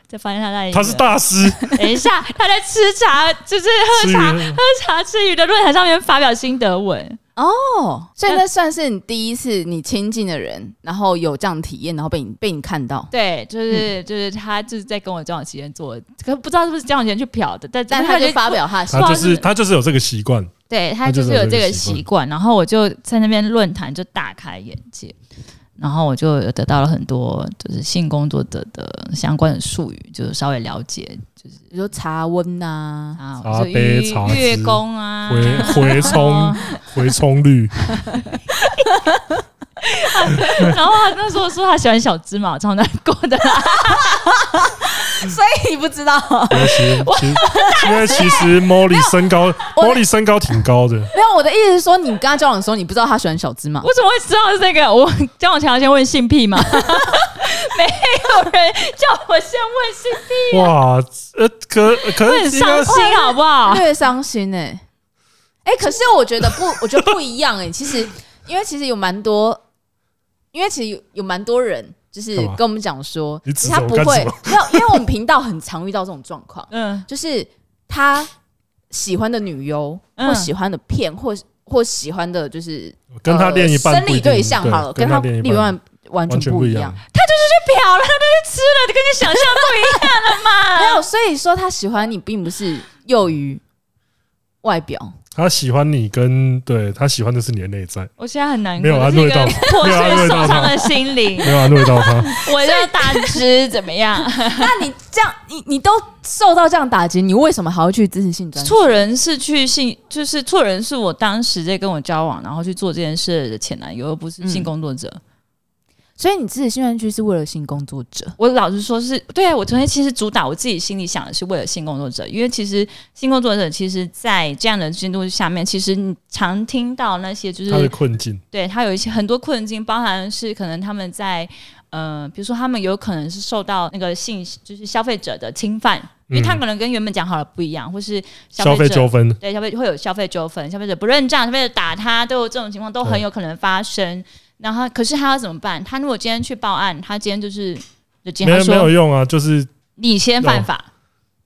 D: 就发现他在一个
C: 他是大师，
D: 等一下他在吃茶，就是啊
C: 至
D: 喝
C: 于
D: 茶喝茶吃鱼的论坛上面发表心得文。
A: 哦，所以那算是你第一次你亲近的人，然后有这样体验，然后被你被你看到，
D: 对，就是、就是他就是在跟我交往期间做的，可不知道是不是交往期间去嫖的，但
A: 但他
D: 他
A: 就发表他的
C: 他
A: 想
D: 不好
C: 就
D: 意思
C: 是他就是有这个习惯，
D: 对他
C: 他就
D: 就
C: 是是有
D: 有
C: 这
D: 这
C: 个
D: 个
C: 习惯
D: 习惯，然后我就在那边论坛就大开眼界，然后我就有得到了很多就是性工作者的相关的术语，就是稍微了解
A: 法，比如说茶温呐、
D: 啊，
C: 茶
D: 就
C: 杯
D: 月
C: 茶
D: 月
C: 汁
D: 宫啊，
C: 回 回
A: 哦
C: 冲回冲率，
D: 然后他那时候说他喜欢小芝麻，我超难过的啦。
A: 哎你不知道，
C: 因为其实其实因为其实 Molly 身高
A: 我
C: Molly 身高挺高的，
A: 没有我的意思是说，你跟他交往的时候，你不知道他喜欢小芝麻，
D: 我怎么会知道是这个？我交往前要先问性癖吗？ 没有人叫我先问 性癖，
C: 哇，呃，可
D: 我
C: 可
D: 很
C: 是应该
D: 伤心，好 不好？
A: 略伤心哎、
C: 欸
A: 哎、可是我觉得不，我觉得不一样哎、其实因为其实有蛮多，因为其实有有蛮多人就是
C: 干嘛
A: 跟我们讲说
C: 你，指着
A: 他
C: 我
A: 不
C: 干
A: 会
C: 什么，
A: 没有，因为我们频道很常遇到这种状况，
D: 嗯，
A: 就是他喜欢的女优，
D: 嗯
A: 或喜欢的片，或或喜欢的就是
C: 跟他练一半
A: 呃
C: 不
A: 生
C: 一
A: 理
C: 定
A: 对象好了，
C: 跟
A: 他
C: 练一
A: 另一
C: 半
A: 半完
C: 完全
A: 不
C: 不一
A: 样
C: 样。。
D: 漂亮，他就去吃了，跟你想象不一样。
A: 没有，所以说他喜欢你，并不是囿于外表。
C: 他喜欢你跟对他喜欢的是你的内在，
D: 我现在很难过，
C: 没有安
D: 这
C: 慰
D: 是一
C: 到
D: 个 破
C: 没有安
D: 碎
C: 慰
D: 受
C: 到
D: 伤
C: 他，
D: 的心 灵。
C: 没有安慰到 他。
D: 我要大只，怎么样？
A: 那你这样，你你都受到这样打击，你为什么还要去支持性专？
D: 错人是去性，就是错人是我当时在跟我交往，然后去做这件事的前男友，而不是性
A: 嗯
D: 工作者。
A: 所以你支持性专区是为了性工作者。
D: 我老实说是，对啊，我昨天其实主打我自己心里想的是为了性工作者，因为其实性工作者其实，在这样的制度下面，其实你常听到那些就
C: 他的
D: 是
C: 困境，
D: 对他有一些很多困境，包含是可能他们在呃，比如说他们有可能是受到那个性就是消费者的侵犯，因为他可能跟原本讲好了不一样，或是
C: 嗯消费
D: 费者
C: 纠纷，
D: 对消费会有消费纠纷，消费者不认账，消费者打他，都有这种情况都很有可能发生。然后可是他要怎么办？他如果今天去报案，他今天就是就今
C: 没
D: 天他
C: 有没有
D: 说
C: 用啊，就是
D: 你先犯法，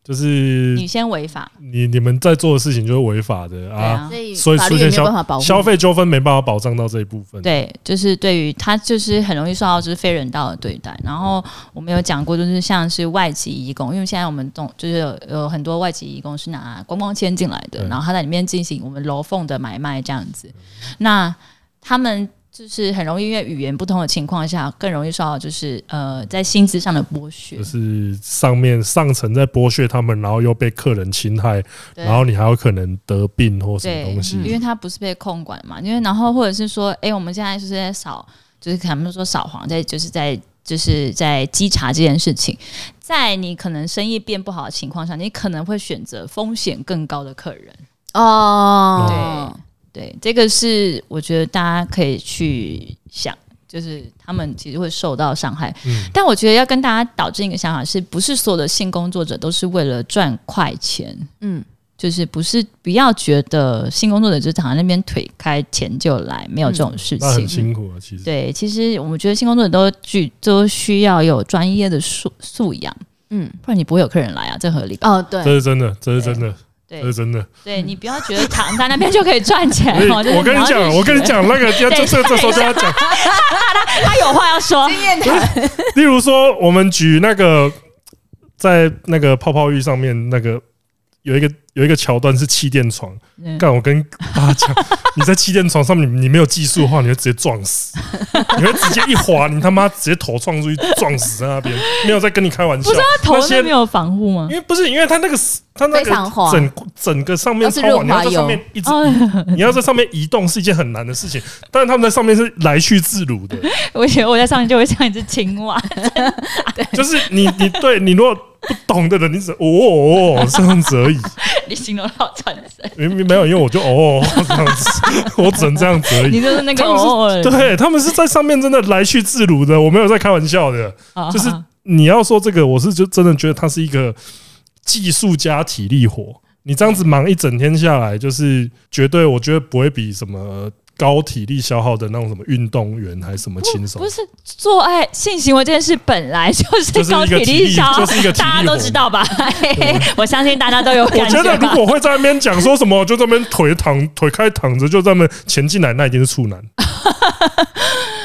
C: 就是
D: 你先违法，
C: 你你们在做的事情就是违法的
D: 对
C: 啊，
D: 啊。
A: 以
C: 所以
A: 法律也没有
C: 出现消
A: 办法保护
C: 消费纠纷没办法保障到这一部分。
D: 对，就是对于他，就是很容易受到就是非人道的对待。然后我们有讲过，就是像是外籍移工，因为现在我们总就是有有很多外籍移工是拿观光签进来的，
C: 对
D: 然后他在里面进行我们楼缝的买卖这样子。
C: 嗯
D: 那他们就是很容易因为语言不通的情况下，更容易受到就是呃在薪资上的剥削
C: 就。是上面上层在剥削他们，然后又被客人侵害，
D: 对
C: 然后你还有可能得病或什么
D: 对
C: 东，西。
D: 因为他不是被控管嘛，因为然后或者是说，哎、我们现在就是在扫，就是他们说扫黄，在就是在就是在稽查这件事情，在你可能生意变不好的情况下，你可能会选择风险更高的客人。
A: 哦，
D: 对，这个是我觉得大家可以去想，就是他们其实会受到伤害。
C: 嗯
D: 但我觉得要跟大家导致一个想法是，不是所有的性工作者都是为了赚快钱？
A: 嗯，
D: 就是不是不要觉得性工作者就躺在那边腿开钱就来，没有这种事
C: 嗯那很
D: 情。
C: 辛苦啊，其实。
D: 对，其实我们觉得性工作者都具都需要有专业的素素养，
A: 嗯，
D: 不然你不会有客人来啊，这合理吧？
A: 哦，
C: 这
A: 对，
C: 是真的，这是真的，
D: 对
C: 这是真的。
D: 对，你不要觉得躺在那边就可以赚钱
C: 呃 所以
D: 哦。就是
C: 我跟你
D: 要去
C: 讲，我跟你
D: 学，
C: 讲，那个要这这这时候就要讲，
D: 他有话要说。
A: 经验谈
C: 例如说，我们举那个在那个泡泡浴上面那个有一个有一个桥段是气垫床，
D: 嗯
C: 干我跟大家讲， 你在气垫床上面，你你没有技术的话，你会直接撞死， 你会直接一滑，你他妈直接头撞出去撞死在那边，没有在跟你开玩笑。
D: 头
C: 那
D: 那
C: 些
D: 边有防护吗
C: 因？为不是因为它那个它那
A: 非常滑
C: 个整整个上面
A: 都是
C: 超滑，
A: 润
C: 你要
A: 滑
C: 在上
A: 油
C: 面一直
D: 哦，
C: 你要在上面移动是一件很难的事情，但是他们在上面是来去自如 的，
D: 我觉得我在上面就会像一只青蛙，
C: 就是你你对你如果不懂的人，你只哦哦哦这样子而已，
D: 你形容得好传神，
C: 明明没有，因为我就哦哦这样子， 我只能这样子而
D: 你
C: 已。
D: 就是那个
C: 他们是
D: 偶尔
C: 对他们是在上面真的来去自如的，我没有在开玩笑的。
D: 啊
C: 就是你要说这个，我是就真的觉得它是一个技术加体力活。你这样子忙一整天下来，就是绝对我觉得不会比什么高体力消耗的那种什么运动员还什么轻松
D: 不。是做爱性行为这件事本来就是
C: 就是一
D: 高
C: 个
D: 体
C: 体
D: 力
C: 力
D: 消耗，
C: 就是一个体力
D: 啊大家都
C: 活
D: 知 道吧？嘿嘿嘿 我相信大家都有
C: 我
D: 感
C: 觉得如
D: 吧。
C: 果会在那边讲说什么，就在那边腿躺腿开躺着，就在那边前进来，那一定是处男。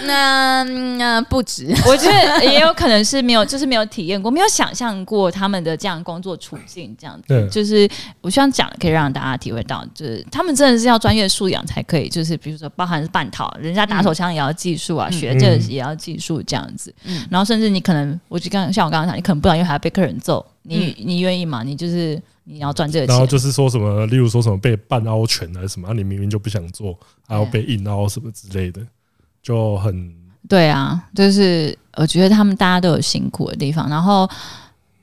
A: 那那嗯呃不止，
D: 我觉得也有可能是没有，就是没有体验过，没有想象过他们的这样工作处境，这样
C: 对
D: 子。就是我希望讲可以让大家体会到，就是他们真的是要专业素养才可以，就是比如说包含是半套，人家打手枪也要技术啊，学这也要技术这样子。
A: 嗯
D: 然后甚至你可能，我就刚像我刚刚讲，你可能不小心还要被客人揍，你、你愿意吗？你就是你要赚这个
C: 然后
D: 钱。
C: 就是说什么，例如说什么被半凹拳还是什么，啊你明明就不想做，
A: 哎
C: 还要被硬凹什么之类的，就很
D: 对啊，就是我觉得他们大家都有辛苦的地方，然后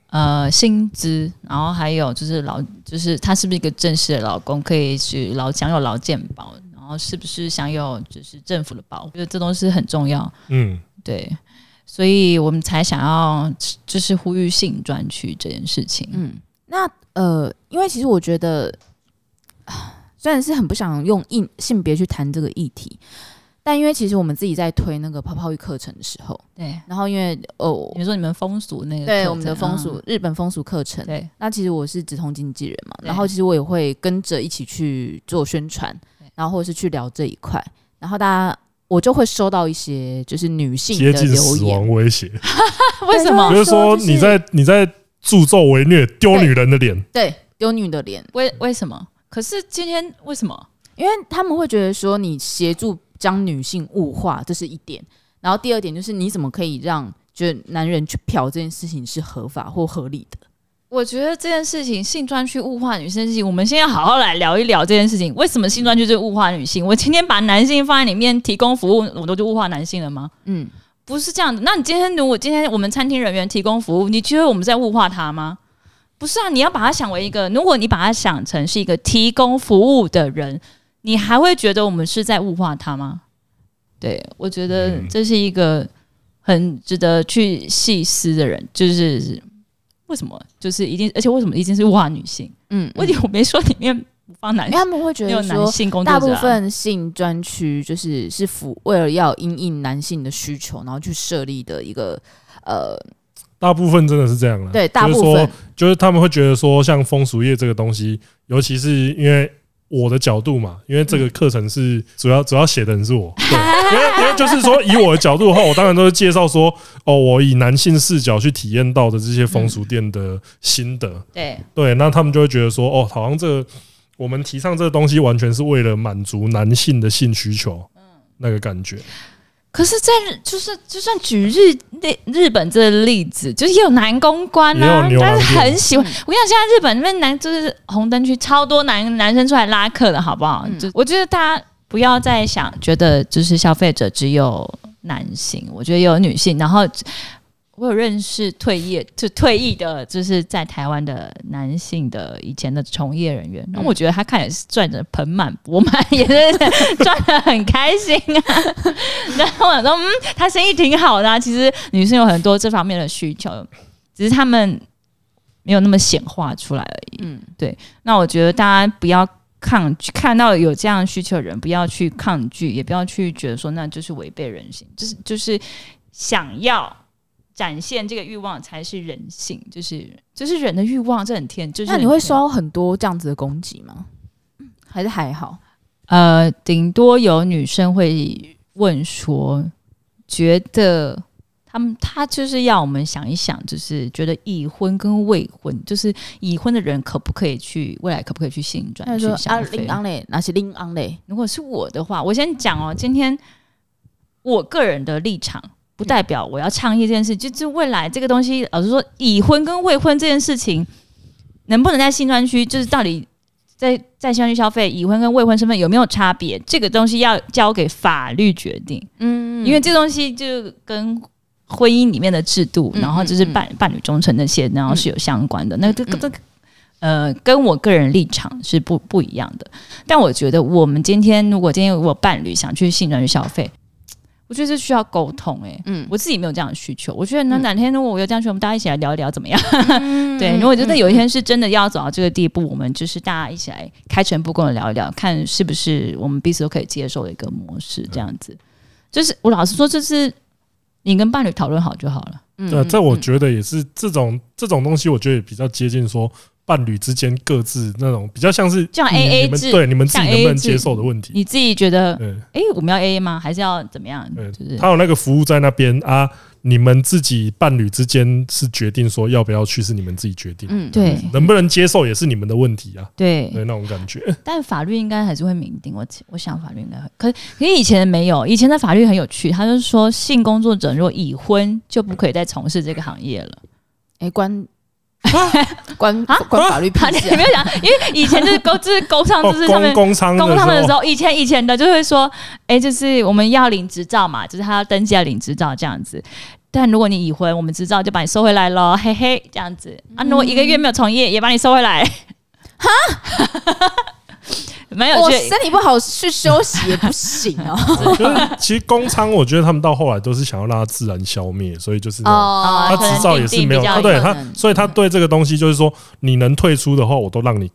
D: 呃薪资，然后还有就是劳，就是他是不是一个正式的劳工，可以去劳享有劳健保，然后是不是享有就是政府的保护，我觉得这东西很重要。
C: 嗯，
D: 对，所以我们才想要就是呼吁性专区这件事情。
A: 嗯，那呃，因为其实我觉得，虽然是很不想用性性别去谈这个议题，但因为其实我们自己在推那个泡泡浴课程的时候，
D: 对，
A: 然后因为哦，
D: 你说你们风俗那个
A: 对
D: 课
A: 我们
D: 程
A: 的风俗、
D: 嗯
A: 日本风俗课程，
D: 对
A: 那其实我是直通经纪人嘛，
D: 对
A: 然后其实我也会跟着一起去做宣传
D: 对，
A: 然后或者是去聊这一块，然后大家我就会收到一些就是女性
C: 接
A: 的
C: 近
A: 留
C: 死
A: 言，
C: 亡威胁，
D: 为什么
C: 就
A: 对
C: 是说
A: 就是
C: 你在你在助纣为虐，丢女人的脸，
A: 对，有女的脸，
D: 为为什么？可是今天为什么？
A: 因为他们会觉得说你协助将女性物化，这是一点。然后第二点就是你怎么可以让就是男人去嫖这件事情是合法或合理的？
D: 我觉得这件事情，性专区物化女性的事情，我们现在好好来聊一聊这件事情。为什么性专区就是物化女性？我今天把男性放在里面提供服务，我都就物化男性了吗？
A: 嗯，
D: 不是这样的。那你今天如果今天我们餐厅人员提供服务，你觉得我们在物化他吗？不是啊，你要把它想为一个，如果你把它想成是一个提供服务的人，你还会觉得我们是在物化他吗？对，我觉得
C: 嗯
D: 这是一个很值得去细思的人，就是为什么，就是一定，而且为什么一定是物化女性？
A: 嗯，
D: 问题我没说里面不放男
A: 因为他们会觉
D: 没有
A: 得
D: 男
A: 说，
D: 性工
A: 大
D: 作者
A: 部
D: 啊、
A: 分性专区就是是服为了要因应男性的需求，然后去设立的一个呃，
C: 大部分真的是这样了。
A: 对，大部
C: 嗯就是
A: 分
C: 说，就是他们会觉得说，像风俗业这个东西，尤其是因为我的角度嘛，因为这个课程是主要主要写的人是我，对，因为因为就是说以我的角度的话，我当然都是介绍说，哦，我以男性视角去体验到的这些风俗店的心得，
D: 对
C: 对，那他们就会觉得说，哦，好像这个我们提倡这个东西完全是为了满足男性的性需求，那个感觉，
D: 可是在，就是就算举日日日本这个例子，就是也有男公关
C: 也
D: 啊
C: 有，牛郎
D: 但
C: 店
D: 是很喜欢。我跟你讲，现在日本那边男就是红灯区超多男男生出来拉客的好不好？
A: 嗯
D: 就我觉得大家不要再想觉得就是消费者只有男性，我觉得也有女性。然后我有认识退业就退役的，就是在台湾的男性的以前的从业人员，那、我觉得他看也是赚的盆满钵满，也是 赚的很开心啊。 然后我想说，嗯，他生意挺好的、啊。其实女生有很多这方面的需求，只是他们没有那么显化出来而已。
A: 嗯，
D: 那我觉得大家不要抗拒，看到有这样需求的人，不要去抗拒，也不要去觉得说那就是违背人性，就是就是想要展现这个欲望才是人性，就是就是人的欲望，这很天，就是
A: 那
D: 很
A: 你会
D: 天
A: 收到很多这样子的攻击吗？还是还好？
D: 呃，顶多有女生会问说，觉得他们他就是要我们想一想，就是觉得已婚跟未婚，就是已婚的人可不可以去未来可不可以去性
A: 那
D: 转去
A: 就说啊，
D: 消费
A: 拎？昂嘞，那是拎昂嘞，
D: 如果是我的话，我先讲哦，今天我个人的立场。不代表我要倡议这件事，就是未来这个东西，老实说，已婚跟未婚这件事情，能不能在性专区，就是到底在在性专区消费，已婚跟未婚身份有没有差别，这个东西要交给法律决定，
A: 嗯
D: 因为这东西就跟婚姻里面的制度，
A: 嗯
D: 然后就是伴伴侣忠诚那些，然后是有相关的。那这个
A: 嗯
D: 这个呃，跟我个人立场是不不一样的。但我觉得，我们今天如果今天我伴侣想去性转去消费，我觉得这需要沟通、欸。
A: 嗯，
D: 我自己没有这样的需求。我觉得那
A: 嗯
D: 哪天如果我有这样的需求，我们大家一起来聊一聊怎么样？
A: 嗯
D: 对，如果真的有一天是真的要走到这个地步，我们就是大家一起来开诚布公的聊一聊，看是不是我们彼此都可以接受的一个模式，这样子。就是我老实说，就是你跟伴侣讨论好就好了。
A: 嗯
C: 呃，这我
A: 嗯
C: 觉得也是这种这种东西，我觉得也比较接近说伴侣之间各自那种比较像是
D: 像
C: 你
D: AA
C: 你们
D: 制
C: 对你们自己
D: 像
C: 能不
D: AA
C: 能
D: 制
C: 接受的问题。
D: 你自己觉得，
C: 对
D: 诶，我们要 A A 吗？还是要怎么样？
C: 对
D: 就是
C: 他有那个服务在那边啊，你们自己伴侣之间是决定说要不要去，是你们自己决定，
A: 嗯
D: 对
C: 能不能接受也是你们的问题啊，
D: 对
C: 对那种感觉。
D: 但法律应该还是会明定，我我想法律应该会。可可是以前没有，以前的法律很有趣，他就是说性工作者如果已婚就不可以再从事这个行业了。
A: 哎关关关法律屁
D: 啊，你
A: 事
D: 没
A: 啊，
D: 有讲，因为以前就是勾，就是勾上，
C: 哦
D: 啊就是，他
C: 工
D: 们。
C: 工商
D: 工他们的时
C: 候，
D: 候，以前以前的就会说，哎、就是我们要领执照嘛，就是他要登记要领执照这样子。但如果你已婚，我们执照就把你收回来咯， 嘿嘿，这样子啊。如果一个月没有从业，也把你收回来。哈， 没有
A: 我
D: 去
A: 身体不好去休息也不行哦。
C: 就是其实工商，我觉得他们到后来都是想要让它自然消灭，所以就是那种
A: 哦
D: 啊
C: 他
D: 可能
C: 执照也
D: 定
C: 是
D: 定
C: 没有，
D: 比较
C: 他对
A: 有可
C: 他
A: 能，
C: 所以他对这个东西就是说，你能退出的话，我都让你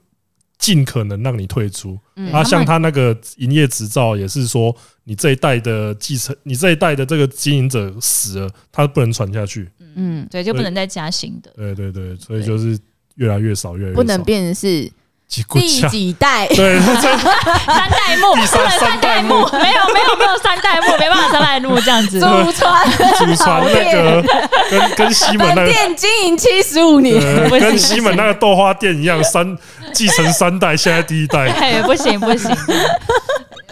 C: 尽可能让你退出。
A: 嗯
C: 啊，
D: 他
C: 像
D: 们
C: 他那个营业执照也是说，你这一代的继承，你这一代的这个经营者死了，他不能传下去。
A: 嗯，
D: 对，就不
C: 对
D: 能再加薪的。
C: 对对对，所以就是越来越少，越来越少。
A: 不能变成是
C: 几股
A: 第
C: 价
A: 几代
C: 对，这
D: 三代目，不能三代目，没有没有没有三代目，没办法三代目这样 子。
A: 祖传
C: 祖 传那个跟跟西门那
A: 本
C: 个。
A: 店经营七十五年，
C: 呃
D: 不行
C: 跟西门那个豆花店一样，三继承三代，现在第一代。
D: 哎，不行不行，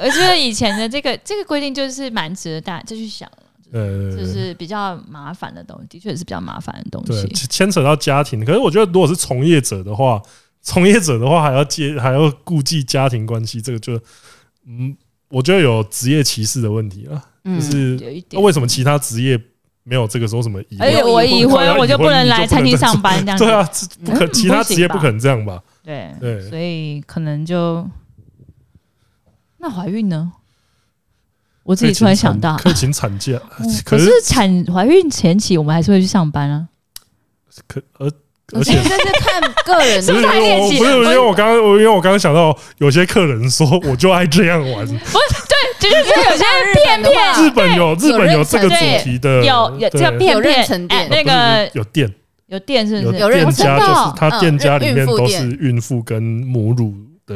D: 我觉得以前的这个这个规定就是蛮值得大家再去想，
C: 呃，
D: 就是比较麻烦的东西，的确是比较麻烦的东
C: 对，
D: 西。
C: 牵牵扯到家庭。可是我觉得，如果是从业者的话，从业者的话还要接，还要顾及家庭关系，这个就，嗯，我觉得有职业歧视的问题啊。
A: 嗯
C: 就是
D: 有一点
C: 那，为什么其他职业没有这个说什么已
D: 而且
C: 婚？
D: 哎我已婚，
C: 对
D: 我就不能来餐厅上班这样子
C: 对。啊，这不可，
D: 嗯
C: 其他
D: 不行
C: 职业
D: 吧
C: 不可能这样吧？
D: 对
C: 对啊
D: 所以可能就那怀孕呢？我自己突然想到，
C: 可请产假，
D: 嗯
C: 可
D: 可
C: 是
D: 是产怀孕前期我们还是会去上班啊。
C: 可呃，
A: 我
C: 而
A: 觉得
C: 且
A: 这是看个 人
C: 不
A: 的
C: 是因
D: 太
C: 为
D: 猎
C: 我
D: 奇
C: 不是因
D: 了啊不
C: 为
D: 是
C: 我刚刚我因为我刚刚想到有些客人说我就爱这样玩，
D: 不是对，就是有些
A: 日本
D: 片
A: 的
D: 片
A: 话
C: 日本有
A: 对
C: 日本有这个主
D: 对
C: 题的，
D: 有有
C: 对
D: 这个片
A: 有
D: 片
A: 妊娠店
D: 哎那
C: 呃
D: 个
C: 不是有店
D: 有店是不是？
A: 有人
C: 店
A: 真
C: 家，
A: 的
C: 就是
A: 哦
C: 他
A: 嗯
C: 店家
A: 孕
C: 里面
A: 妇
C: 都
A: 店
C: 是孕妇跟母乳的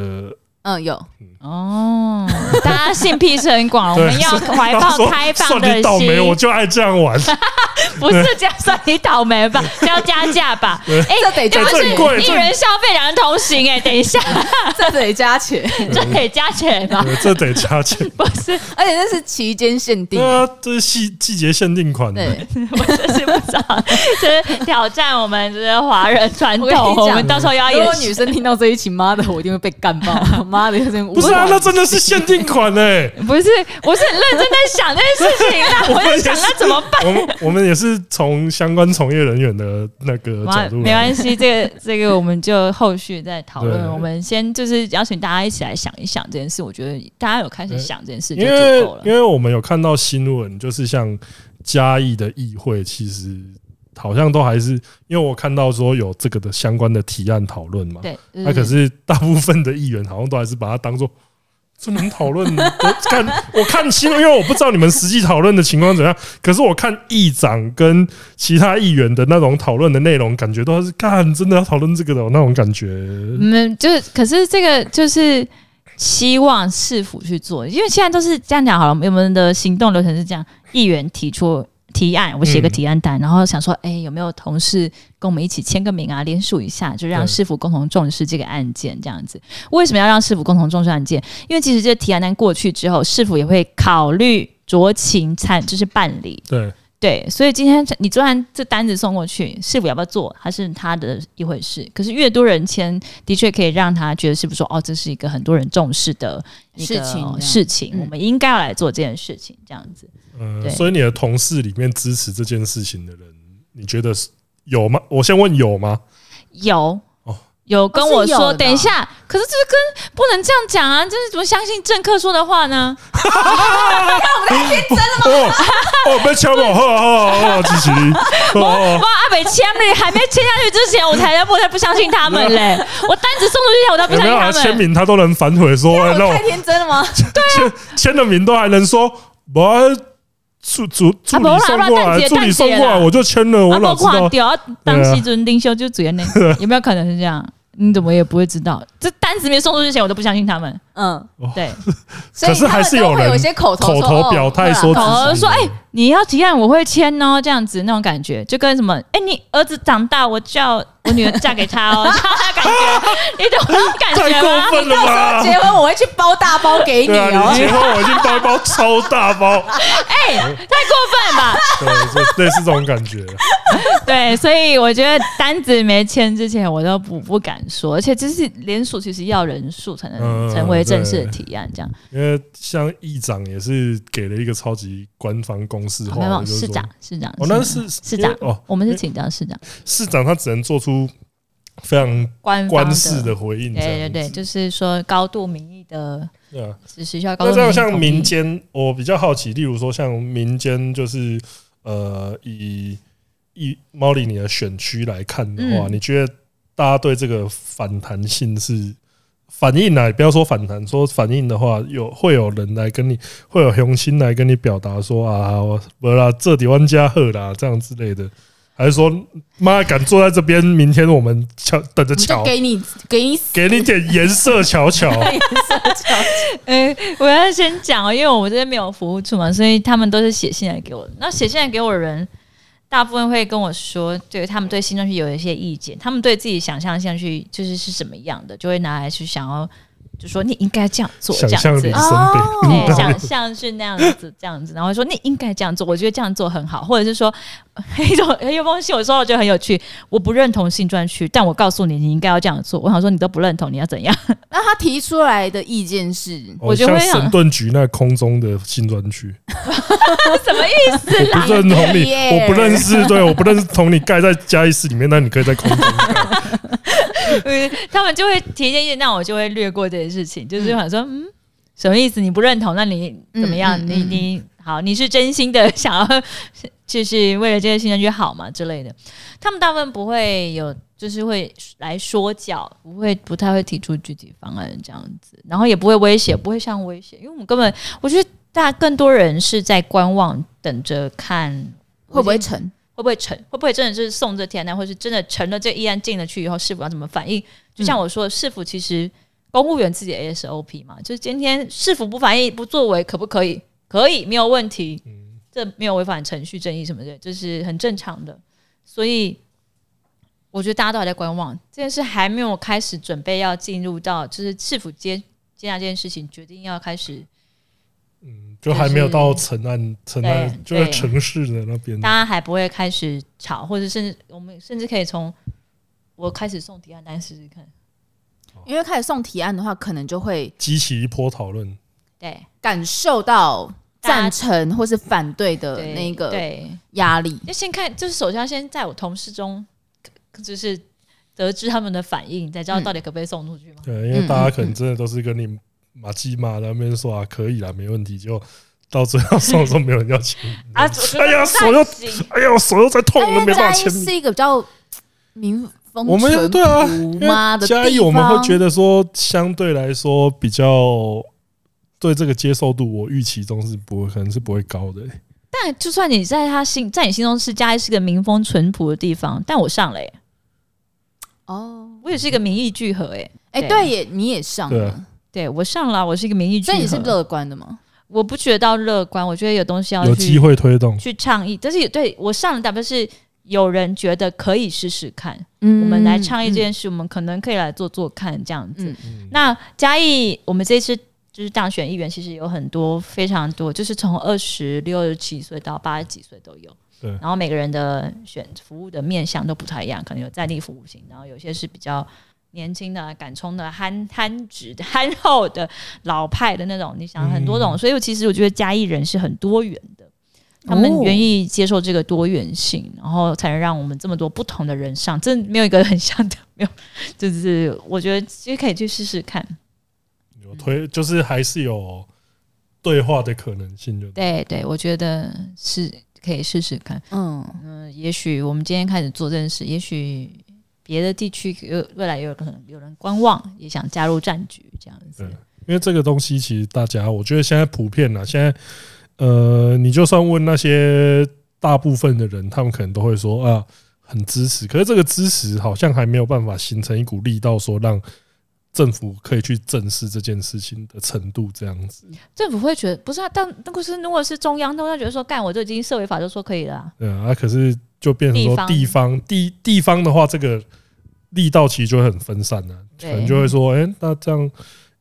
A: 嗯，有
D: 哦，大家性癖是很广，我们
C: 对
D: 要 怀
C: 他
D: 抱
C: 说
D: 开放
C: 算
D: 的
C: 你倒霉，我
D: 心，
C: 就爱这样 玩，
D: 不是这样算你倒霉吧？这要加价吧？ 哎，
A: 这得加
D: 这不
C: 这很贵
D: 是一
C: 这
D: 人消费两人同行哎，等一下，
A: 这得加钱，
C: 嗯
D: 这可以加起来吧？
C: 对这得加钱。
D: 不是，
A: 而且这是期间限定
C: 对。啊，这是季季节限定款的。
A: 对，
D: 我真是不知道，就是挑战我们就是华人传
A: 我跟你
D: 统，
A: 讲
D: 我们到时候要
A: 如
D: 演
A: 果哎女生听到这一期，妈的，我一定会被干 爆！妈的，有点
C: 不是啊，那真的是限定款 哎、
D: 不是，我是很认真在想这件事情 啦，我在想那怎么办。
C: 我们我们也是从相关从业人员的那个角度啊
D: 没
C: 来，
D: 关系，这个这个我们就后续再讨论。
C: 对
D: 我们先就是邀请大家一起来想一想这件事，我觉得大家有开始想这件事就
C: 因为
D: 足够了
C: 因。为我们有看到新闻，就是像嘉义的议会，其实好像都还是因为我看到说有这个的相关的提案讨论嘛，
D: 对，嗯
C: 那、啊可是大部分的议员好像都还是把它当做这能讨论。 我看我看新闻，因为我不知道你们实际讨论的情况怎样。可是我看议长跟其他议员的那种讨论的内容，感觉都是干真的要讨论这个的哦那种感觉。
D: 嗯，就是可是这个就是希望市府去做，因为现在都是这样讲好了。我们的行动流程是这样：议员提出提案，我写个
C: 嗯
D: 提案单，然后想说，哎、有没有同事跟我们一起签个名啊，联署一下，就让
C: 对
D: 市府共同重视这个案件。这样子，为什么要让市府共同重视案件？因为其实这个提案单过去之后，市府也会考虑酌情参，就是办理。
C: 对，
D: 对，所以今天你虽然这单子送过去，市府要不要做还是他的一回事。可是越多人签，的确可以让他觉得市府说，哦，这是一个很多人重视的一个
A: 事情这样
D: 事情，
A: 嗯
D: 我们应该要来做这件事情，这样子。
C: 嗯，
D: 对
C: 所以你的同事里面支持这件事情的人，你觉得是有吗？我先问有吗？
D: 有。
C: 哦
D: 有跟我
A: 哦是
D: 说，
A: 有的
D: 等一下，可是这跟不能这样讲啊！就是怎么相信政客说的话呢？
C: 哦哦，被敲爆，哈哈哈，啊支 持你，哦
D: 哇，阿北签了，还没签下去之前，我才不才不相信他们 嘞！我单子送出去前，我才不
C: 有没
D: 相
C: 有
D: 信他
C: 啊签
D: 们。
C: 名他都能反悔说，哎那
A: 我
C: 我
A: 太天真了 吗？
C: 签签了名都还能说我助助助
D: 没
C: 理
D: 啦
C: 送过
D: 啊我
C: 来
D: 淡，季
C: 助理送过
D: 淡
C: 来
D: 季啦
C: 我就签了，我
D: 啊，
C: 哪
D: 我
C: 知道啊
D: 看？掉啊，当时阵领袖就主要呢，有没有可能是这样？你怎么也不会知道，这单子没送出去前，我都不相信他们。
A: 嗯，
C: 哦
D: 对，
A: 所以
C: 可是还是
A: 他们都会
C: 有人
A: 有一些口头
C: 口
A: 说
C: 头表态
A: 哦对啦
C: 说
D: 口头
C: 支持
D: 说
C: 你
D: 哎你要提案我会签哦，这样子那种感觉，就跟什么，哎、你儿子长大，我叫我女儿嫁给他哦， 这样的感觉，你懂那种感
C: 太
D: 觉
C: 过
D: 吗？
C: 分了
A: 到
C: 吧
A: 时候？结婚我会去包大包给你
C: 啊对啊，你结
A: 哦。
C: 婚我已经包一包超大包，
D: 哎、太过分了吧？
C: 对，就类似这种感觉。
D: 对，所以我觉得单子没签之前，我都不不敢说，而且就是联署其实要人数才能
C: 嗯
D: 成为正式
C: 对
D: 的提案，这样。
C: 因为像议长也是给了一个超级官方公式
D: 啊没
C: 化
D: 有
C: 的，就是
D: 市
C: 说
D: 长，市长，
C: 哦，那是
D: 市
C: 因
D: 长
C: 为哦，
D: 我们是请教市长
C: 市长他只能做出非常
D: 官方
C: 官式的。回应，这
D: 对对
C: 样
D: 对，
C: 子
D: 就是说高度民意的，
C: 对啊。
D: 只是需要高
C: 那
D: 度
C: 这
D: 民
C: 样
D: 意
C: 像
D: 同
C: 民
D: 意。
C: 间，我比较好奇，例如说像民间，就是呃，以以猫里你的选区来看的话，
D: 嗯
C: 你觉得大家对这个反弹性是反应啊来，不要说反弹，说反应的话，有会有人来跟你，会有雄心来跟你表达说啊，我不啦，这地方加贺啦，这样之类的。还是说，妈敢坐在这边，明天我们瞧等着
A: 我们就
C: 瞧，
A: 给你给你死
C: 给你点颜色瞧瞧。
D: 哎、我要先讲哦，因为我们这边没有服务处嘛，所以他们都是写信来给我。那写信来给我的人，大部分会跟我说，对他们对新专区有一些意见，他们对自己想象下去就是是什么样的，就会拿来去想要，就说你应该这样做，这
C: 想
D: 样
C: 象
D: 子
C: 力生
A: 哦
C: 病，
D: 对，想象是那样子，这样子，然后说你应该这样做，我觉得这样做很好，或者是说 一种哎有一封信我收到就很有趣，我不认同性专区，但我告诉你你应该要这样做，我想说你都不认同，你要怎样？
A: 那他提出来的意见是，
C: 哦
D: 我就会
C: 像
D: 想
C: 神盾局那空中的新专区，
D: 什么意思？啊
C: 我不认同你，
A: 耶
C: 我不认识，对，我不认同你盖在嘉义市里面，那你可以在空中 盖。
D: 他们就会提建议，那我就会略过这件事情，就是想说，嗯，什么意思？你不认同，那你怎么样？
A: 嗯嗯
D: 你
A: 嗯
D: 你好，你是真心的想要，就是为了这个新人去好嘛之类的。他们大部分不会有就是会来说教，不会不太会提出具体方案这样子，然后也不会威胁，不会像威胁，因为我们根本我觉得大更多人是在观望，等着看
A: 会不会成？
D: 会不会成，会不会真的就是送这天呢，啊或是真的成了这议案进了去以后，市府要怎么反应？就像我说的，市府其实公务员自己的 SOP 嘛，就是今天市府不反应不作为，可不可以？可以，没有问题，这没有违反程序正义什么的，这、是很正常的。所以我觉得大家都还在观望，这件事还没有开始准备要进入到，就是市府接接纳这件事情，决定要开始
C: 嗯，就还没有到成案，成案就
D: 对
C: 在城市的那边
D: 大，家还不会开始吵，或者甚至我们甚至可以从我开始送提案单试试看。
A: 因为开始送提案的话，可能就会
C: 激起一波讨论。
D: 对
A: 感受到赞成或是反对的
D: 对，
A: 呃那个
D: 对，
A: 压力。
D: 要先看，就是首先要先在我同事中，就是得知他们的反应，才知
C: 嗯
D: 道到底可不可以送出去嘛。
C: 对，呃因为
A: 嗯嗯
C: 大家可能真的都是跟你马鸡马在那边说啊，可以啦，没问题，就到最后送的时候没有人要签名。
D: 啊，我
C: 哎呀手又哎呀，我手又在痛，
A: 但因
C: 我
A: 为
C: 没
A: 嘉
C: 办法
A: 义
C: 签名
A: 是。一个比较民风
C: 我们
A: 淳
C: 对啊，
A: 朴
C: 因为
A: 嘛的
C: 嘉义
A: 地
C: 我们会
A: 方
C: 觉得说，相对来说比较对这个接受度，我预期中是不会，可能是不会高的、
D: 但就算你在他心，在你心中是嘉义是个民风淳朴的地方，但我上了、欸，
A: 哦，
D: 我也是一个民意聚合、欸，
A: 哎，
D: 对
A: 对耶，你也上
C: 对
A: 了
C: 啊，
D: 对我上了啊，我是一个民意聚
A: 所
D: 合，
A: 以你是乐观的吗？
D: 我不觉得到乐观，我觉得有东西要
C: 有
D: 去
C: 机会推动。
D: 去倡议，但是也对我上了 W 是有人觉得可以试试看，
A: 嗯
D: 我们来倡议这件事，我们可能可以来做做看这样子。
A: 嗯
D: 那嘉义，我们这一次就是当选议员，其实有很多非常多，就是从二十六、十七岁到八十几岁都有。
C: 对
D: 然后每个人的选服务的面向都不太一样，可能有在地服务型，然后有些是比较年轻的、敢冲的、憨憨直的、憨厚的、老派的那种。你想很
A: 嗯
D: 多种，所以我其实我觉得嘉义人是很多元的，他们
A: 哦
D: 愿意接受这个多元性，然后才能让我们这么多不同的人上，真的没有一个很像的，没有，就是我觉得其实可以去试试看。
C: 有推就是还是有对话的可能性就，
D: 对对，我觉得是可以试试看。
A: 嗯，
D: 嗯，也许我们今天开始做这件事，也许别的地区有未来有可能有人观望，也想加入战局这样子
C: 对。因为这个东西其实大家，我觉得现在普遍啦，现在呃，你就算问那些大部分的人，他们可能都会说啊，很支持，可是这个支持好像还没有办法形成一股力道，说让政府可以去正视这件事情的程度这样子，
D: 政府会觉得不是啊，但那个是如果是中央，中央觉得说干，我就已经设违法就说可以了啊、
C: 对啊，啊可是就变成
D: 地
C: 说
D: 方
C: 地方地地方的话，这个力道其实就会很分散了、可
D: 对
C: 能就会说，哎、那这样。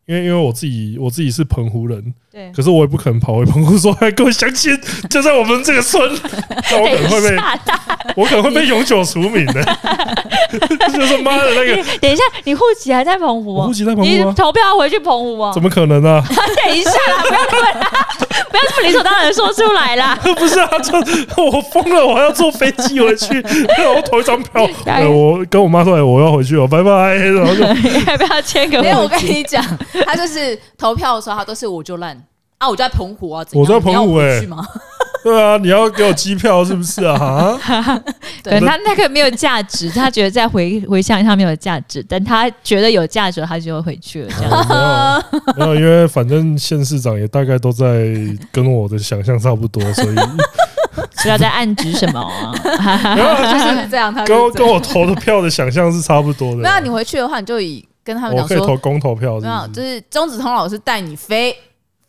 C: 因为因为我自己我自己是澎湖人，
D: 对，
C: 可是我也不可能跑回澎湖说：“哎，各位乡亲，就在我们这个村。” 那我可能会被
D: 吓到。
C: 我可能会被永久除名 的。就是说妈的 那个，
D: 等一下，你户籍还在澎湖、
C: 我
D: 哦
C: 户？籍在澎
D: 你
C: 湖啊，
D: 投票要回去澎湖哦 哎
C: 怎？么可能呢、啊？
D: 等一下啦，不要这么 啦，不要这么理所当然地说出来啦。
C: 不是啊，就我疯了，我还要坐飞机回去，然后我投一张 票，呃我跟我妈说，哎，我要回去哦，拜拜。然后就
D: 要不要签个户籍？
A: 没有，我跟你讲，他就是投票的时候，他都是我就烂啊，我就在澎湖啊，怎样
C: 我在澎湖
A: 你要回
C: 欸
A: 去吗？
C: 对啊，你要给我机票是不是啊？啊，
D: 可能他那个没有价值，他觉得在回回乡下没有价值，等他觉得有价值，他就会回去了。这 样
C: 没有，没有，因为反正县市长也大概都在跟我的想象差不多，所以
D: 知道在暗指什么、
C: 没有啊
A: 就是这样，他
C: 跟我
A: 就是这
C: 跟
A: 样
C: 我投的票的想象是差不多的。
A: 没有啊你回去的话，你就以跟他们
C: 我
A: 讲
C: 可以
A: 说
C: 投，公投票是
A: 没有，啊
C: 不？
A: 就是是钟子通老师带你飞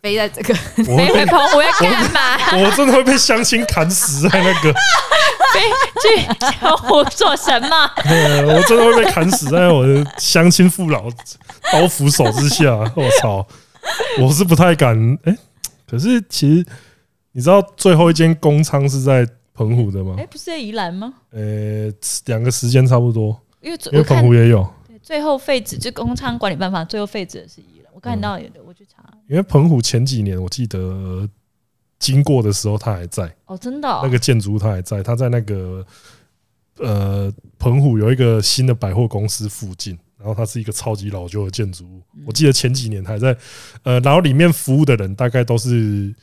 A: 飞在这个
C: 我
D: 飞
C: 会
D: 回
C: 被
D: 澎湖要干 嘛？
C: 我真的会被相亲砍死在那个，
D: 去澎湖做什么？
C: 对呃我真的会被砍死在我的乡亲父老刀斧手之下。 我操，我是不太敢。哎、可是其实你知道最后一间公仓是在澎湖的吗
D: 哎、？不是在宜兰吗？
C: 呃、两个时间差不多，
D: 因为
C: 因
D: 我
C: 为澎
D: 看
C: 湖也有，
D: 最后废止，就工商管理办法最后废止的是宜兰。我看到有的，我去查。
C: 因为澎湖前几年我记得经过的时候它还在。
D: 哦，真的、哦
C: 那个建筑物它还在，它在那个呃澎湖有一个新的百货公司附近，然后它是一个超级老旧的建筑物，
A: 嗯
C: 我记得前几年还在，呃，然后里面服务的人大概都是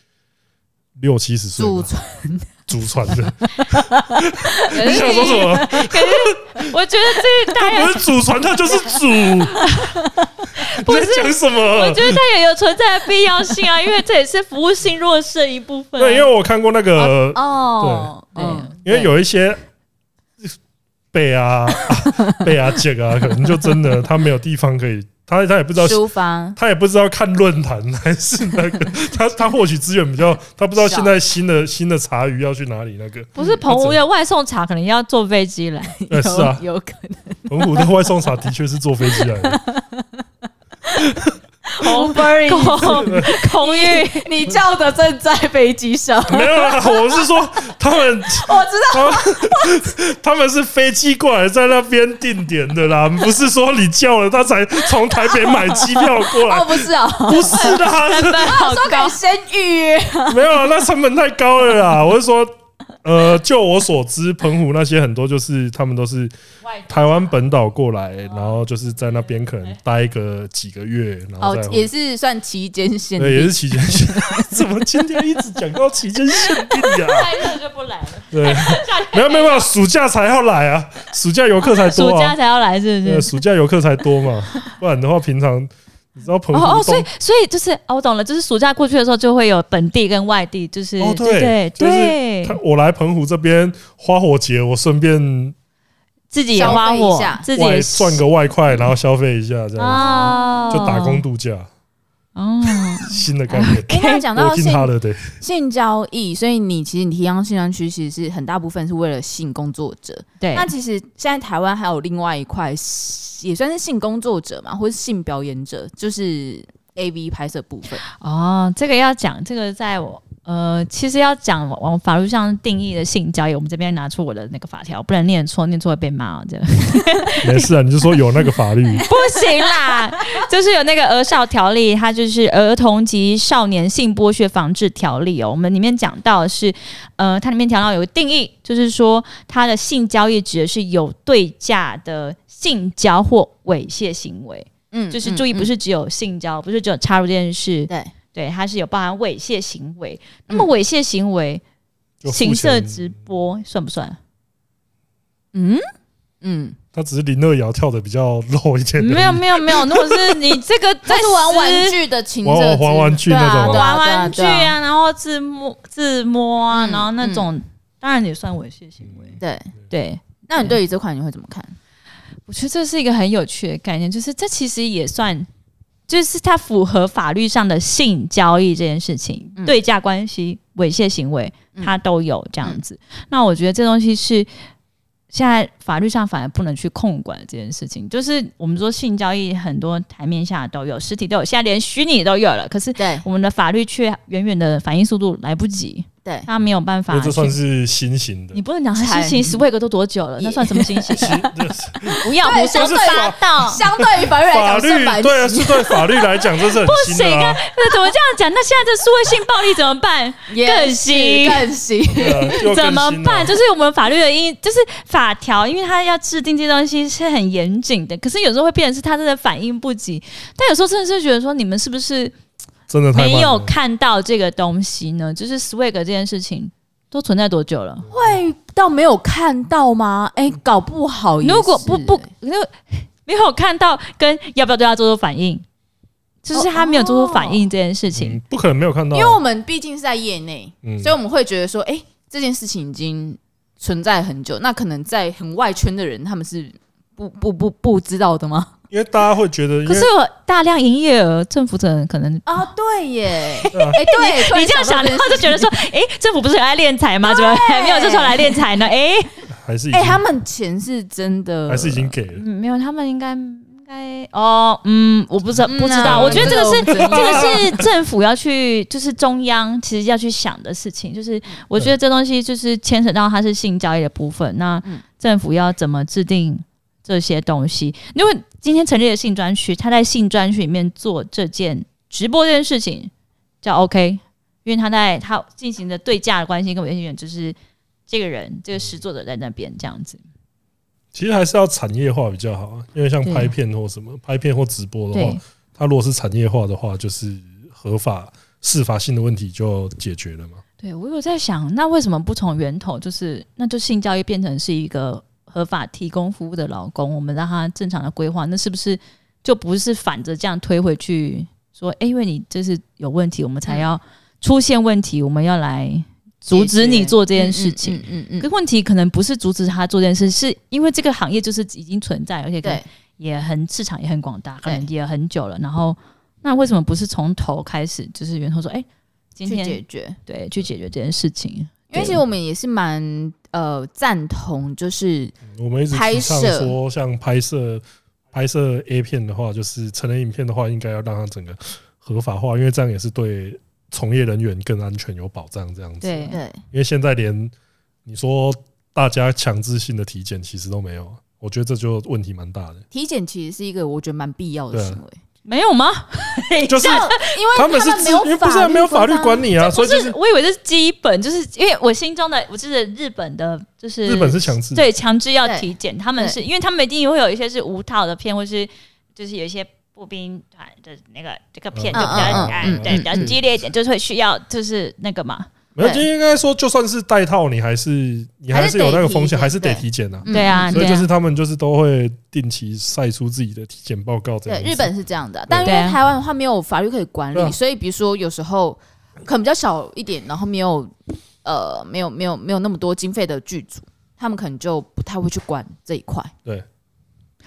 C: 六七十岁吧，
A: 祖传
C: 祖传 的，
D: 可
C: 你
D: 是
C: 想说什么？
D: 可是 我觉得这大
C: 不
D: 家，
C: 是祖传，它就是 祖。你在讲什
D: 我
C: 么？
D: 觉得它也有存在的必要性啊，因为这也是服务性弱势的一部分啊。
C: 对，因为我看过那个，
A: 哦，
D: 对
A: 嗯
C: 因为有一些背啊 背啊姐啊，可能就真的他没有地方可以，他他也不知道。
A: 书房
C: 他也不知道看论坛还是那 个，他他获取资源比较，他不知道现在新的新的茶余要去哪里那个。
D: 不是澎湖的外送茶，可能要坐飞机来。
C: 呃，是啊，
A: 有有可能
C: 澎湖的外送茶的确是坐飞机 来的。
D: 空 空空域，
A: 你叫的正在飞机上，
C: 没有啦，我是说他们
A: 我知道
C: 他们他们 是飞机过来在那边定点的啦，不是说你叫了他才从台北买机票 过
A: 哦，
C: 来，
A: 不 是哦，
C: 不是的啊，
D: 好
A: 都可以
D: 高，
A: 先预约，
C: 没有啊，那成本太高了啦。我是说，呃，就我所知，澎湖那些很多就是他们都是台湾本岛过来，
D: 哦
C: 然后就是在那边可能待个几个月，然后
A: 哦
C: 再，
A: 也
C: 回。
A: 是算期间限
C: 对，也
A: 定
C: 是期间 限。怎么今天一直讲到期间限定呀、
D: 太热就不来了。
C: 对，没有没有没有，暑假才要来啊，暑假游客才多
D: 暑
C: 啊，
D: 假才要来，是不
C: 对，
D: 是？
C: 暑假游客才多嘛，不然的话，平常你知道澎湖
D: 哦哦，所以
C: 东
D: 所以就是哦，我懂了，就是暑假过去的时候，就会有本地跟外地，就是、
C: 哦对
D: 对
C: 就是
D: 对
C: 他我来澎湖这边花火节，我顺便
D: 自己也花
A: 消费一
D: 火
A: 下，
D: 自己
C: 外
D: 也
C: 赚个外快，然后消费一下，这样
D: 哦，
C: 就打工度假，
D: 哦，
C: 新的概 念。
A: 因为刚讲到
C: 我听
A: 性
C: 他的，对，
A: 性交易，所以你其实你提倡性专区，其实是很大部分是为了性工作者。
D: 对，
A: 那其实现在台湾还有另外一块是，也算是性工作者嘛，或是性表演者，就是 A V 拍摄部分。
D: 哦，这个要讲，这个在我呃，其实要讲往法律上定义的性交易，我们这边拿出我的那个法条，不能念错，念错会被骂哦，这个
C: 没事啊，你就说有那个法 律，
D: 不行啦，就是有那个《儿少条例》，它就是《儿童及少年性剥削防治条例》哦，我们里面讲到的是，呃，它里面讲到有个定义，就是说它的性交易指的是有对价的性交或猥亵行为，
A: 嗯
D: 就是注意不、是只有性交，不是只有插入这件
A: 嗯
D: 事
A: 嗯，对，
D: 对，它是有包含猥亵行为。那
A: 嗯
D: 么猥亵行为，
C: 就付
D: 情色
C: 钱
D: 直，播算不算？
A: 嗯嗯，
C: 他只是林乐瑶跳的比较露一点，
D: 没有，没有没有，如果是你这 个在
A: 但是玩玩
D: 私
A: 具的情
C: 玩
A: 色之，
C: 玩玩具
A: 对啊
C: 那种
A: 对啊
D: 玩玩具
A: 对啊对啊
D: 啊，然后自摸自摸啊，
A: 嗯
D: 然后那种当然也算猥亵行为。
A: 对。啊
D: 对，
A: 那你对于这款你会怎么看？
D: 我觉得这是一个很有趣的概念，就是这其实也算，就是它符合法律上的性交易这件事情，
A: 嗯
D: 对价关系、猥亵行为，
A: 嗯
D: 它都有这样子。那我觉得这东西是现在法律上反而不能去控管这件事情，就是我们说性交易很多台面下都有，实体都有，现在连虚拟都有了，可是
A: 对
D: 我们的法律却远远的反应速度来不及，
A: 对，
D: 它没有办
C: 因
D: 法
C: 为这算
D: 去。
C: 是新型的
D: 你，不能讲它
A: 惨
D: 新型 swag 都多久了，那算什么 新 型？不要
A: 对哦
D: 胡说
A: 就是
D: 八道，
A: 相对于法律来
C: 法
A: 讲
C: 律
A: 是蛮
C: 对啊，是对法律来讲这是很新的啊，
D: 那怎么这样讲？那现在这数位性暴力怎么办？
A: 也
D: 更
A: 是
D: 新
A: 更新，
C: 对啊 又
D: 怎么
C: 更新了
D: 办？就是我们法律的因，就是法条，因为它要制定这些东西是很严谨的，可是有时候会变成是它真的反应不及，但有时候真的是觉得说你们是不是
C: 真的太慢了
D: 没有看到这个东西呢？就是 swag 这件事情都存在多久了？
A: 会到没有看到吗？哎、搞不好也是
D: 如果不不
A: 哎
D: 没有 没有看到，跟要不要对他做出反应，就是他没有做出
A: 哦
D: 反应这件事情
C: 嗯，不可能没有看到啊，
A: 因为我们毕竟是在业内，
C: 嗯
A: 所以我们会觉得说，哎、这件事情已经存在很久，那可能在很外圈的人，他们是不不不不知道的吗？
C: 因为大家会觉得，因
D: 可
C: 为
D: 是有大量营业额，政府可能可能
A: 啊，对 耶，哎、
C: 对啊
A: 对，突
D: 你这样想，
A: 到
D: 然
A: 件
D: 后就觉得说，哎、政府不是很爱敛财吗？怎么还没有这时候来敛财呢？哎、
C: 还是已
A: 哎、
C: 经
A: 他们钱是真的，
C: 嗯还是已经给了。
D: 嗯没有，他们应该应该哦，嗯，我不知道，
A: 嗯啊
D: 不知道。我觉得这个是
A: 这
D: 这
A: 个我不知道
D: 个是政府要去，就是中央其实要去想的事情。就是我觉得这东西就是牵扯到它是性交易的部分，那
A: 嗯
D: 政府要怎么制定这些东西？因为今天成立了性专区，他在性专区里面做这件直播这件事情叫 OK，因为他在他进行的对价的关系跟维系人就是。这个人，这个实作者在那边这样子，
C: 其实还是要产业化比较好啊，因为像
D: 对
C: 拍片或什么，拍片或直播的
D: 对
C: 话，，它如果是产业化的话，就是合法、适法性的问题就解决了嘛。
D: 对我有在想，那为什么不从源头，就是那就性教育变成是一个合法提供服务的劳工，我们让他正常的规划，那是不是就不是反着这样推回去说，哎、因为你就是有问题，我
A: 嗯
D: 们才要出现问题，我们要来阻止你做这件事情。
A: 嗯嗯嗯
D: 可问题可能不是阻止他做这件事，是因为这个行业就是已经存在，而且可能
A: 对，
D: 也很市场也很广大，可
A: 对
D: 能也很久了。然后，那为什么不是从头开始，就是源头说，哎、今
A: 去解
D: 天
A: 决。
D: 对去解决这件事情？
A: 因为其实我们也是蛮呃赞同，就是
C: 我们一直
A: 拍
C: 提倡
A: 摄
C: 说，像拍摄拍摄 A 片的话，就是成人影片的话，应该要让它整个合法化，因为这样也是对从业人员更安全有保障。这样子，
D: 对
A: 对
C: 因为现在连你说大家强制性的体检其实都没有，我觉得这就问题蛮大的。
A: 体检其实是一个我觉得蛮必要的
C: 对啊
A: 行为，
D: 没有 吗？
C: 就是
A: 因为
C: 他们是
A: 没
C: 自
A: 有
C: 因为不是没有法律管
A: 理，
C: 理啊，所以就
D: 不
C: 是
D: 我以为这是基本，就是因为我心中的，我就是日本的，就是
C: 日本是强制，
D: 对强制要
A: 对
D: 体检，他们是因为他们一定会有一些是无套的片，或是就是有一些步兵团的那个这个片
A: 嗯
D: 就比较
A: 嗯嗯
D: 哎
A: 嗯
D: 对
A: 嗯
D: 比较
A: 嗯
D: 激烈一点，就是会需要就是那个嘛，
C: 没有
A: 对
C: 就应该说，就算是戴套，你还是你还是有那个风险，还
A: 还
C: 是
A: 是
C: 得
A: 得
C: 体检啊。
A: 嗯
D: 对啊，
C: 所
D: 对
C: 以就
D: 啊
C: 是他们就是都会定期晒出自己的体检报告这样
A: 对
C: 子。
A: 日本是这样的，但因
D: 对啊
A: 为台湾的话没有法律可以管
C: 对啊
A: 理，所以比如说有时候可能比较小一点，然后没有呃没有没有没有那么多经费的剧组，他们可能就不太会去管这一块。
C: 对，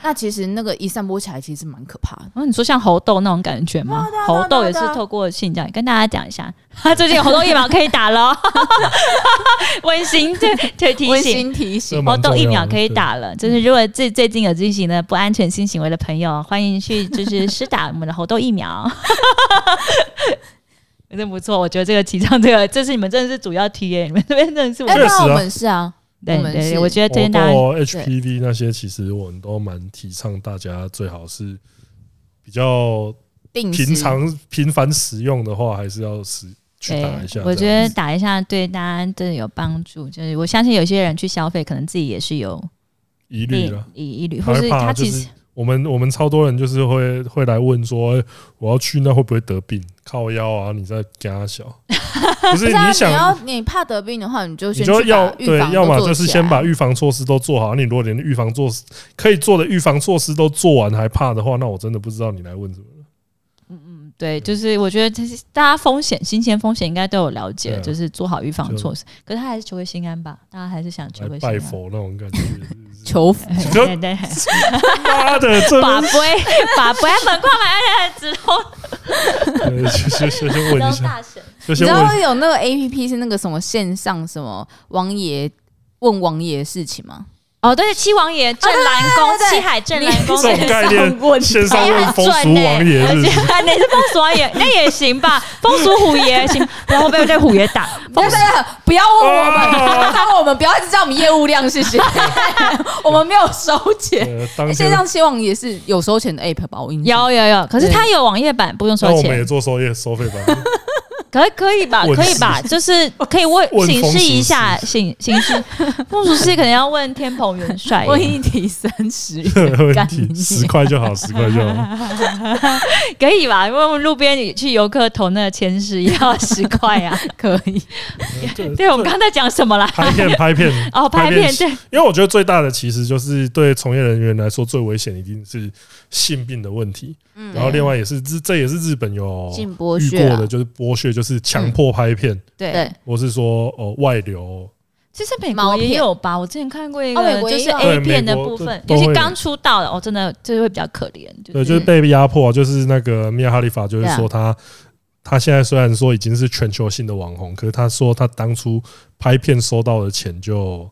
A: 那其实那个一散播起来，其实蛮可怕的。
D: 哦，你说像猴痘那种感觉吗？
A: 对啊
D: 猴痘也是
A: 对啊
D: 透过性教育跟大家讲一下， 他最近有猴痘疫苗可以打了哦， 温馨对对提
A: 温
D: 醒。
A: 馨提
C: 这
A: 醒，
D: 猴
C: 蛮重
D: 痘
C: 要的
D: 疫苗可以。打了，就是如果最最近有进行的不安全性行为的朋友，欢迎去 就是施打我们的猴痘疫苗，真不错。我觉得这个提倡这个，这是你们真的是主要 T A，你们这边真的是我
A: 哎，
C: 确实
A: 对
C: 啊
A: 啊，我们是啊，
D: 对
A: 我们
D: 对，
A: 是
D: 我觉得推
C: 对啊
D: 荐大家
C: 包括 HPV 那些，其实我们都蛮提倡大家最好是比较
A: 定时
C: 平常频繁使用的话，还是要使去
D: 对，
C: 打一下。
D: 我觉
C: 这样
D: 得
C: 子
D: 打一下对大家真的有帮助，就是我相信有些人去消费，可能自己也是有
C: 疑虑
D: 疑
C: 了。
D: 疑疑虑，
C: 他
D: 或
C: 会
D: 是
C: 怕
D: 他
C: 就
D: 其
C: 是
D: 实
C: 我们我们超多人就是会会来问说，哎我要去那会不会得病？靠腰啊，你在加小，不是
A: 不是啊
C: 你
A: 你
C: 想
A: 要你怕得病的话，你就
C: 你
A: 先
C: 就
A: 去
C: 要
A: 把预
C: 对
A: 防，都
C: 要么
A: 做
C: 就是
A: 起
C: 先
A: 来
C: 把预防措施都做好。你如果连预防措施可以做的预防措施都做完还怕的话，那我真的不知道你来问什么。
D: 对，就是我觉得这是大家风险、金钱风险应该都有了解，
C: 对啊
D: 就是做好预防
C: 就
D: 措施。可是他还是求个心安吧，大家还是想求
C: 来
D: 个心安
C: 拜。佛那种 感觉，
A: 求福
D: 哎
C: 就
D: 对对，
C: 妈 的，这
D: 把杯把杯门框埋在指头
C: 呃就就就先问一
D: 当
C: 下，
D: 大神。
C: 就
A: 你
C: 先
A: 知
C: 问
A: 道
C: 一下
A: 会有那个 A P P 是那个什么线上什么王爷问王爷的事情 吗？
D: 哦，对，七王爷镇南 宫，
A: 对对
D: 七海镇南宫
C: 这种
D: 那个
C: 概念，线
A: 哎
C: 上问风俗王爷是
D: 而
C: 不
D: 且
C: 是？
D: 那啊是风俗王爷，那也行吧，风俗虎爷也 行，然后被被虎爷打，
A: 不要不要问我
C: 啊
A: 们，不要问我们，不要一直叫我们业务量，谢 谢。我们没有收钱。
C: 呃，当
A: 线
C: 天
A: 上期望也是有收钱的 app 吧？我印象
D: 有有有，可是他有网页版，不用
C: 那
D: 收
C: 我们也
D: 钱，
C: 做收业收费吧。
D: 可以可以吧，
C: 问
D: 可以吧，就是可以问
C: 问
D: 请
C: 风
D: 示
C: 俗
D: 一下，
C: 师
D: 请请示风俗师可能要问天蓬元帅，
A: 问一题三 十元，
C: 问
A: 干
C: 题
A: 你
C: 十块就好，十块 就好。
D: 可以吧？因为我们路边去游客投那个签是也要十块啊，可以。对，我们刚才讲什么啦？
C: 拍片拍片
D: 哦，拍片对，
C: 因为我觉得最大的其实就是对从业人员来说最危险，一定是性病的问题。
A: 嗯
C: 然后另外也是日，这也是日本有
A: 性剥
C: 遇
A: 削
C: 过
A: 啊嗯
C: 的，就是剥削，就是强迫拍片，
A: 对，
C: 或是说哦外流。
D: 其实美国
A: 毛片
D: 也有吧，我之前看过一
A: 哦美
D: 个，
A: 国
D: 就
A: 也
D: 是
A: 有
D: A
C: 对美
D: 片的
C: 国
D: 部分，
C: 都
D: 尤
C: 都
D: 其
C: 会
D: 刚出道的，哦，真的就是会比较可怜，
A: 嗯
D: 就
C: 对，
D: 是
C: 就是被压迫，啊就是那个米亚哈里法，就是说他他现在虽然说已经是全球性的网红，可是他说他当初拍片收到的钱就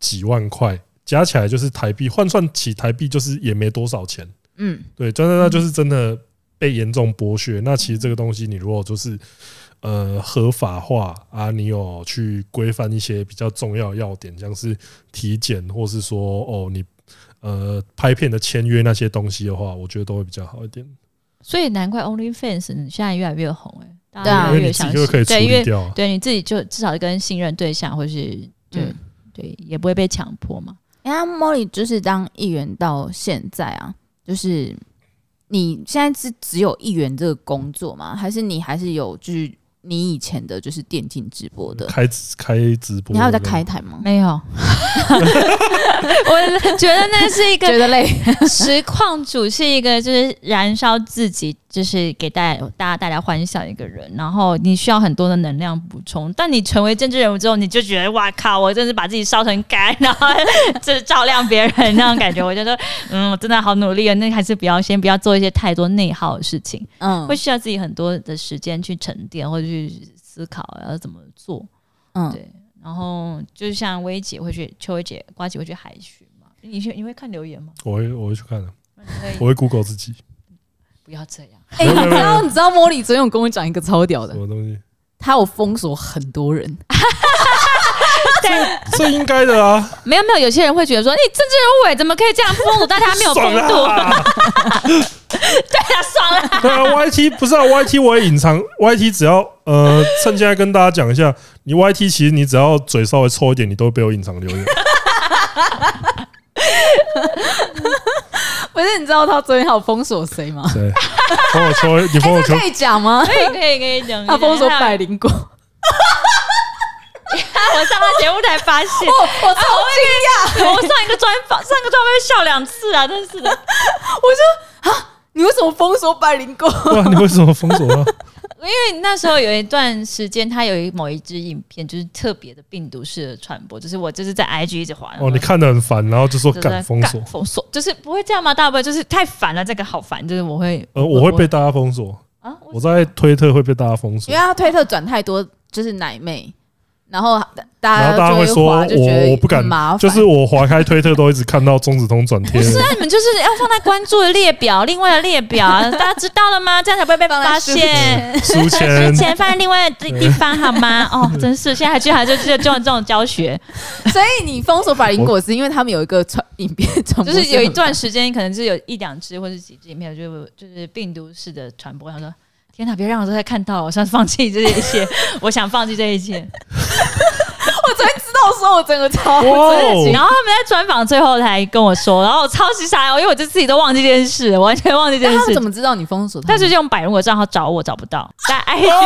C: 几万块，加起来就是台币，换算起台币就是也没多少钱。
A: 嗯，
C: 对，真的那就是真的被严重剥削。那其实
D: 嗯
C: 这个东西，你如果就是呃合法化啊，你有去规范一些比较重要的要点，像是体检，或是说哦你呃拍片的签约那些东西的话，我觉得都会比较好一点，
D: 所以难怪 OnlyFans 现在越来越红哎、大
A: 对啊
D: 家
C: 因
D: 越
C: 为你
D: 来
C: 自
D: 越
C: 己
D: 相
C: 就
D: 信，
C: 可以处
D: 对，因
C: 理
D: 为
C: 掉啊。
D: 对你自己就至少跟信任对象，或是对、
A: 嗯
D: 对，也不会被强迫嘛。
A: 人家 Molly 就是当议员到现在啊，就是你现在是只有议员这个工作吗？还是你还是有就是你以前的就是电竞直播的？
C: 开开直播，
A: 你还有在开？台吗？
D: 没有， 我觉得那是一个
A: 觉得累，
D: 实况主是一个就是燃烧自己，就是给大家大家大家欢笑的一个人，然后你需要很多的能量补充。但你成为政治人物之后，你就觉得哇靠，我真是把自己烧成干，然后就是照亮别人那种感觉。我就说，嗯，我真的好努力啊，那还是不要先不要做一些太多内耗的事情，
A: 嗯
D: 会需要自己很多的时间去沉淀或者去思考要怎么做。
A: 嗯，
D: 对，然后就像薇姐会去，秋薇姐、瓜姐会去海巡嘛，你去你会看留言吗？
C: 我会我会去看的，
D: 那你会
C: 我会 Google 自己
D: 不要这样。
A: 哎，你知道你知道莫里昨天有跟我讲一个超屌
C: 什
A: 的，
C: 么东西，
A: 他有封锁很多人，
C: 这应该的啊，
D: 没有没有，有些人会觉得说，你政治人物哎，怎么可以这样封堵？大家没有
C: 爽
D: 风
C: 啦
D: 度，对啊，爽了。
C: 对啊，YT 不是啊，YT 我也隐藏，YT 只要呃，趁现在跟大家讲一下，你 YT 其实你只要嘴稍微臭一点，你都会被我隐藏留言。
A: 不是？你知道他昨天还有封锁谁吗？哎
C: 对，帮我抽，你
D: 哎
C: 帮我抽
A: 可，以讲吗？
D: 可以可以可以讲，
A: 他封锁
D: 讲
A: 百灵果，我
D: 我上了节目才发现，
A: 啊我超惊讶，
D: 我上一个专访，上个专访被笑两次啊，真是的。
A: 我就啊，你为什么封锁百灵果？
C: 对啊，你为什么封锁他？
D: 因为那时候有一段时间，他有一某一支影片，就是特别的病毒式的传播，就是我就是在 IG 一直滑。
C: 哦，你看得很烦，然后就说
D: 就是在
C: 敢封锁
D: 干，封锁就是不会这样吗？大不了就是太烦了，这个好烦，就是我会
C: 呃，我会被大家封锁，
D: 啊，
C: 我在推特会被大家封
A: 因
C: 锁
A: 为，他推特转太多就是奶妹，然后大
C: 然
A: 家
C: 后大家会
A: 就
C: 说
A: 滑就觉得
C: 我我不敢
A: 很麻，烦，
C: 就是我划开推特都一直看到中子通转贴
D: 不，是啊，你们就是要放在关注的列表，另外的列 表，大家知道了吗？这样才不会被
A: 放在
D: 发
A: 书
D: 现。
C: 书签
D: 之，前放在另外的地地方好吗？哦，真是，现在还居然就就就这种这种教 学，
A: 所以你封锁百灵果是因为他们有一个传影片传播
D: 就
A: 性很高，
D: 是有一段时间可能是有一两只或者几只影片，就是就是病毒式的传播。他说：“天哪，别让我再看到，我想放弃这一切，我想放弃这一切。”
A: 我才知道说我整个超
C: 哇哦
D: 然后他们在专访最后才跟我说，然后我超级傻，因为我就自己都忘记这件事，完全忘记这
A: 但
D: 件
A: 他们
D: 事
A: 怎。么知道你封锁他
D: 但
A: 们？
D: 是用百灵果账号找我找不到，在 IG 的，
B: 哦，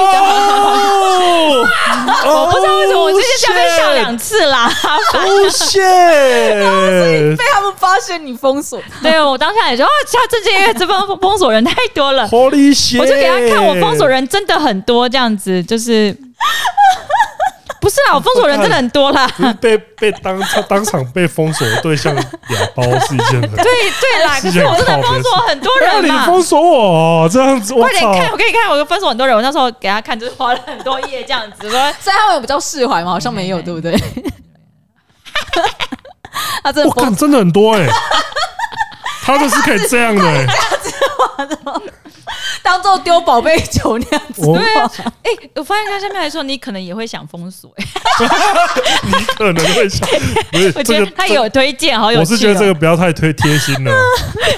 D: 我不知道为什么我最近下被
C: 哦
D: 笑两
B: 次。
D: 次啦。
B: Oh shit！
A: 被他们发现你封锁，
D: 对我当下也就哦，这这些这帮封锁人太多 了，
B: Holy shit！
D: 我就给他看我封锁人真的很多，这样子就是。不是啊，我封锁人真的很多啦。
C: 就是被被当当场被封锁的对象哑包是一件 很。
D: 对对啦，可
C: 是
D: 是
C: 件
D: 我真
C: 很靠
D: 的封
C: 边
D: 锁很多
C: 不要
D: 人
C: 啊你
D: 嘛。
C: 封锁我这样子，我
D: 快点
C: 操！
D: 看，我给你看，我分手很多人，我那时候给他看，就是花了很多页这样子，说
A: 所以他们有比较释怀吗？好像没有，对不 对？他真的
C: 我
A: 封
C: 看真的很多哎、他的是可以这样的、 欸，
A: 当做丢宝贝球那样子，
C: 我
D: 对啊，哎、我发现他下面还说你可能也会想封锁、哎，
C: 可能会想，不 是
D: 我觉
C: 这
D: 得
C: 个
D: 他有推荐，好
C: 这
D: 有趣、哦
C: 我是觉得这个不要太推贴心 了，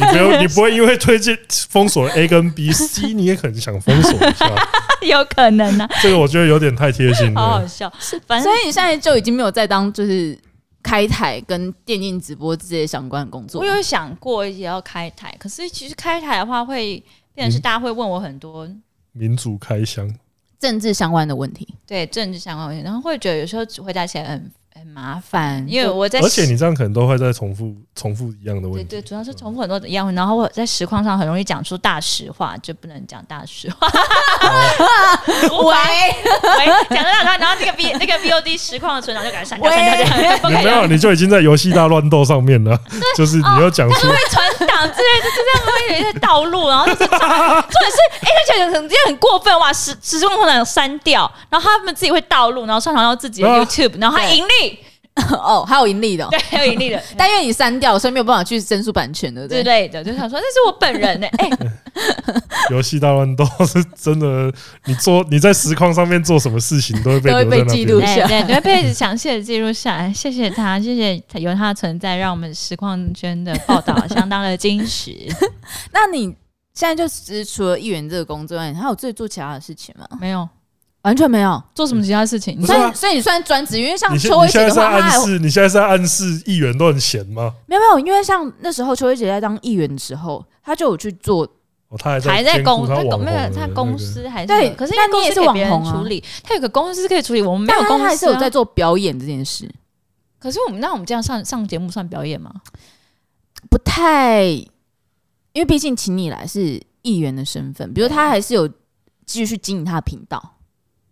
C: 你不用，你不会因为推荐封锁 A 跟 B、C，你也可能想封锁一下，
D: 有可能呢、
C: 这个我觉得有点太贴心
D: 好
C: 了
D: 好。笑。反正
A: 所以你现在就已经没有再当就是开台跟电竞直播这些相关的工作
D: 我。有想过也要开台，可是其实开台的话会变
C: 嗯
D: 成是大家会问我很多
C: 民主开箱，
A: 政治相关的问题，
D: 对政治相关的问题，然后会觉得有时候回答起来很很麻烦，
A: 反
D: 因为我在
C: 而且你这样可能都会再重复重复一样的
D: 对
C: 问题。嗯
D: 对，主要是重复很多的一样，然后我在实况上很容易讲出大实话，就不能讲大实话。
C: 哦
D: 无法
A: 喂，
D: 喂，讲到他，然后那个 B 那个 BOD 实况的存档就赶快删掉，
A: 喂
D: 删掉，删掉不
C: 你
D: 可以
C: 没有，
D: 让
C: 你就已经在游戏大乱斗上 面了，就是你又讲
D: 哦
C: 出
D: 存档之类的，就这样会有一些道路，然 后就是重点是，哎、而且很这很过分哇，实实况存档删掉，然后他们自己会道路，然后上传到自己的
C: 啊
D: YouTube，然后还盈利，
A: 哦，还有盈利的哦、
D: 对，还有盈利的。
A: 但因为你删掉，所以没有办法去申诉版权，对不对？
D: 之类的，就想说那是我本人呢、哎、
C: 游戏大乱斗是真的，你做你在实况上面做什么事情都会被
A: 都会
C: 留在
A: 被
C: 那
A: 记
C: 边
A: 录
D: 对哎对，你会被详细的记录下来。谢谢他，谢谢他有他的存在，让我们实况圈的报道相当的真实。
A: 那你现在就只是除了议员这个工作外，你还有自己做其他的事情吗？
D: 没有
A: 完全没有。
D: 做什么其他事情，你
C: 不是
A: 所
C: 啊
A: 以，所以你算专职，因为像
C: 你现
A: 秋薇
C: 你现
A: 姐的
C: 在是在
A: 话，她还
C: 暗示，你现在是在暗示议员都很闲吗？
A: 没有没有，因为像那时候秋薇姐在当议员的时候，她就有去做
C: 哦，他还在
D: 还在
C: 兼顾
D: 公
C: 他
D: 他
C: 网
D: 公
C: 红
D: 没有
C: 的
D: 他
C: 那
D: 公
C: 个
D: 司还是
A: 对
D: 有可是因
A: 那
D: 为
A: 你
D: 公
A: 也
D: 司
A: 是
D: 给
A: 网
D: 别人
A: 红啊
D: 处理，他有个公司可以处理，我们没有
A: 但
D: 公司、啊、
A: 他还是有在做表演这件事，
D: 可是我们那我们这样上上节目算表演吗？
A: 不太，因为毕竟请你来是议员的身份，比如他还是有继续经营他的频道。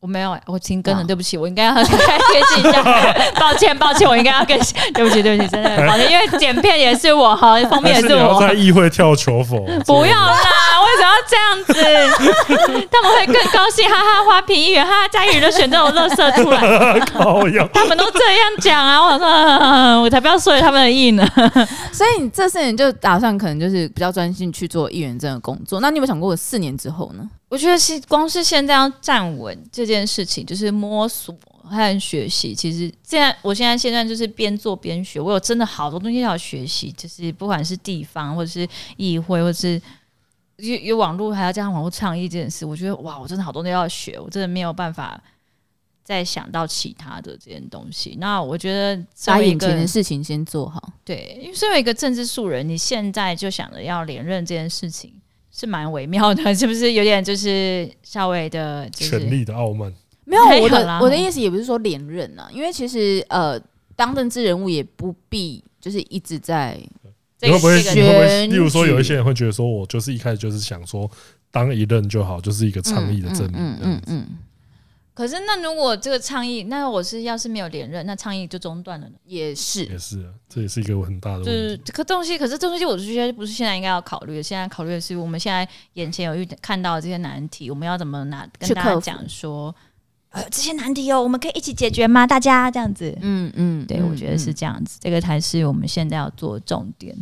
D: 我没有、欸，我停更
A: 啊
D: 了，对不起，我应该要更新一下， 抱歉，抱歉，我应该要更新， 对不起，对不起，真的抱歉，因为剪片也是我哈，封面
C: 还
D: 也
C: 是你
D: 是我
C: 要，在议会跳球否？
D: 不要啦，为什么要这样子？他们会更高兴，哈哈，花瓶议员，哈哈，嘉宇都选这种乐色出来，
C: 靠腰，
D: 他们都这样讲啊，我说、嗯我才不要说他们的意呢，
A: 所以你这四年就打算可能就是比较专心去做议员这样的工作。那你有没有想过四年之后呢？
D: 我觉得其实光是现在要站稳这件事情，就是摸索和学习。其实现在，我现在现在就是边做边学，我有真的好多东西要学习，就是不管是地方，或者是议会，或者是有有网络，还要加上网络倡议这件事，我觉得哇，我真的好多东西要学，我真的没有办法再想到其他的这件东西。那我觉得作
A: 把
D: 为一
A: 眼
D: 个
A: 前的事情先做好。
D: 对，因为身为一个政治素人，你现在就想着要连任这件事情是蛮微妙的， 是不是有点就是稍微的， 就是
C: 权力的傲慢，
A: 没有
D: 太
A: 我
D: 狠
A: 的
D: 啦
A: 我的意思也不是说连任啊，因为其实呃，当政治人物也不必就是一直在嗯
D: 这
C: 你
D: 个
C: 会不会？
D: 这
C: 你
D: 个
C: 会不会？
A: 选举
C: 例如说，有一些人会觉得说，我就是一开始就是想说当一任就好，就是一个倡
D: 嗯
C: 议的证明这样子。
A: 嗯，
D: 可是那如果这个倡议，那我是要是没有连任，那倡议就中断了呢？
A: 也是
C: 也是啊，这也是一个很大的问
D: 就
C: 题
D: 是。这个东西，可是这东西我觉得不是现在应该要考虑的。现在考虑的是我们现在眼前有遇看到的这些难题，我们要怎么拿跟
A: 去
D: 大
A: 克
D: 家
A: 服
D: 讲说，呃，这些难题哦，我们可以一起解决吗？大家这样子，
A: 嗯嗯，
D: 对，
A: 嗯
D: 我觉得是这样子，这个才是我们现在要做的重点。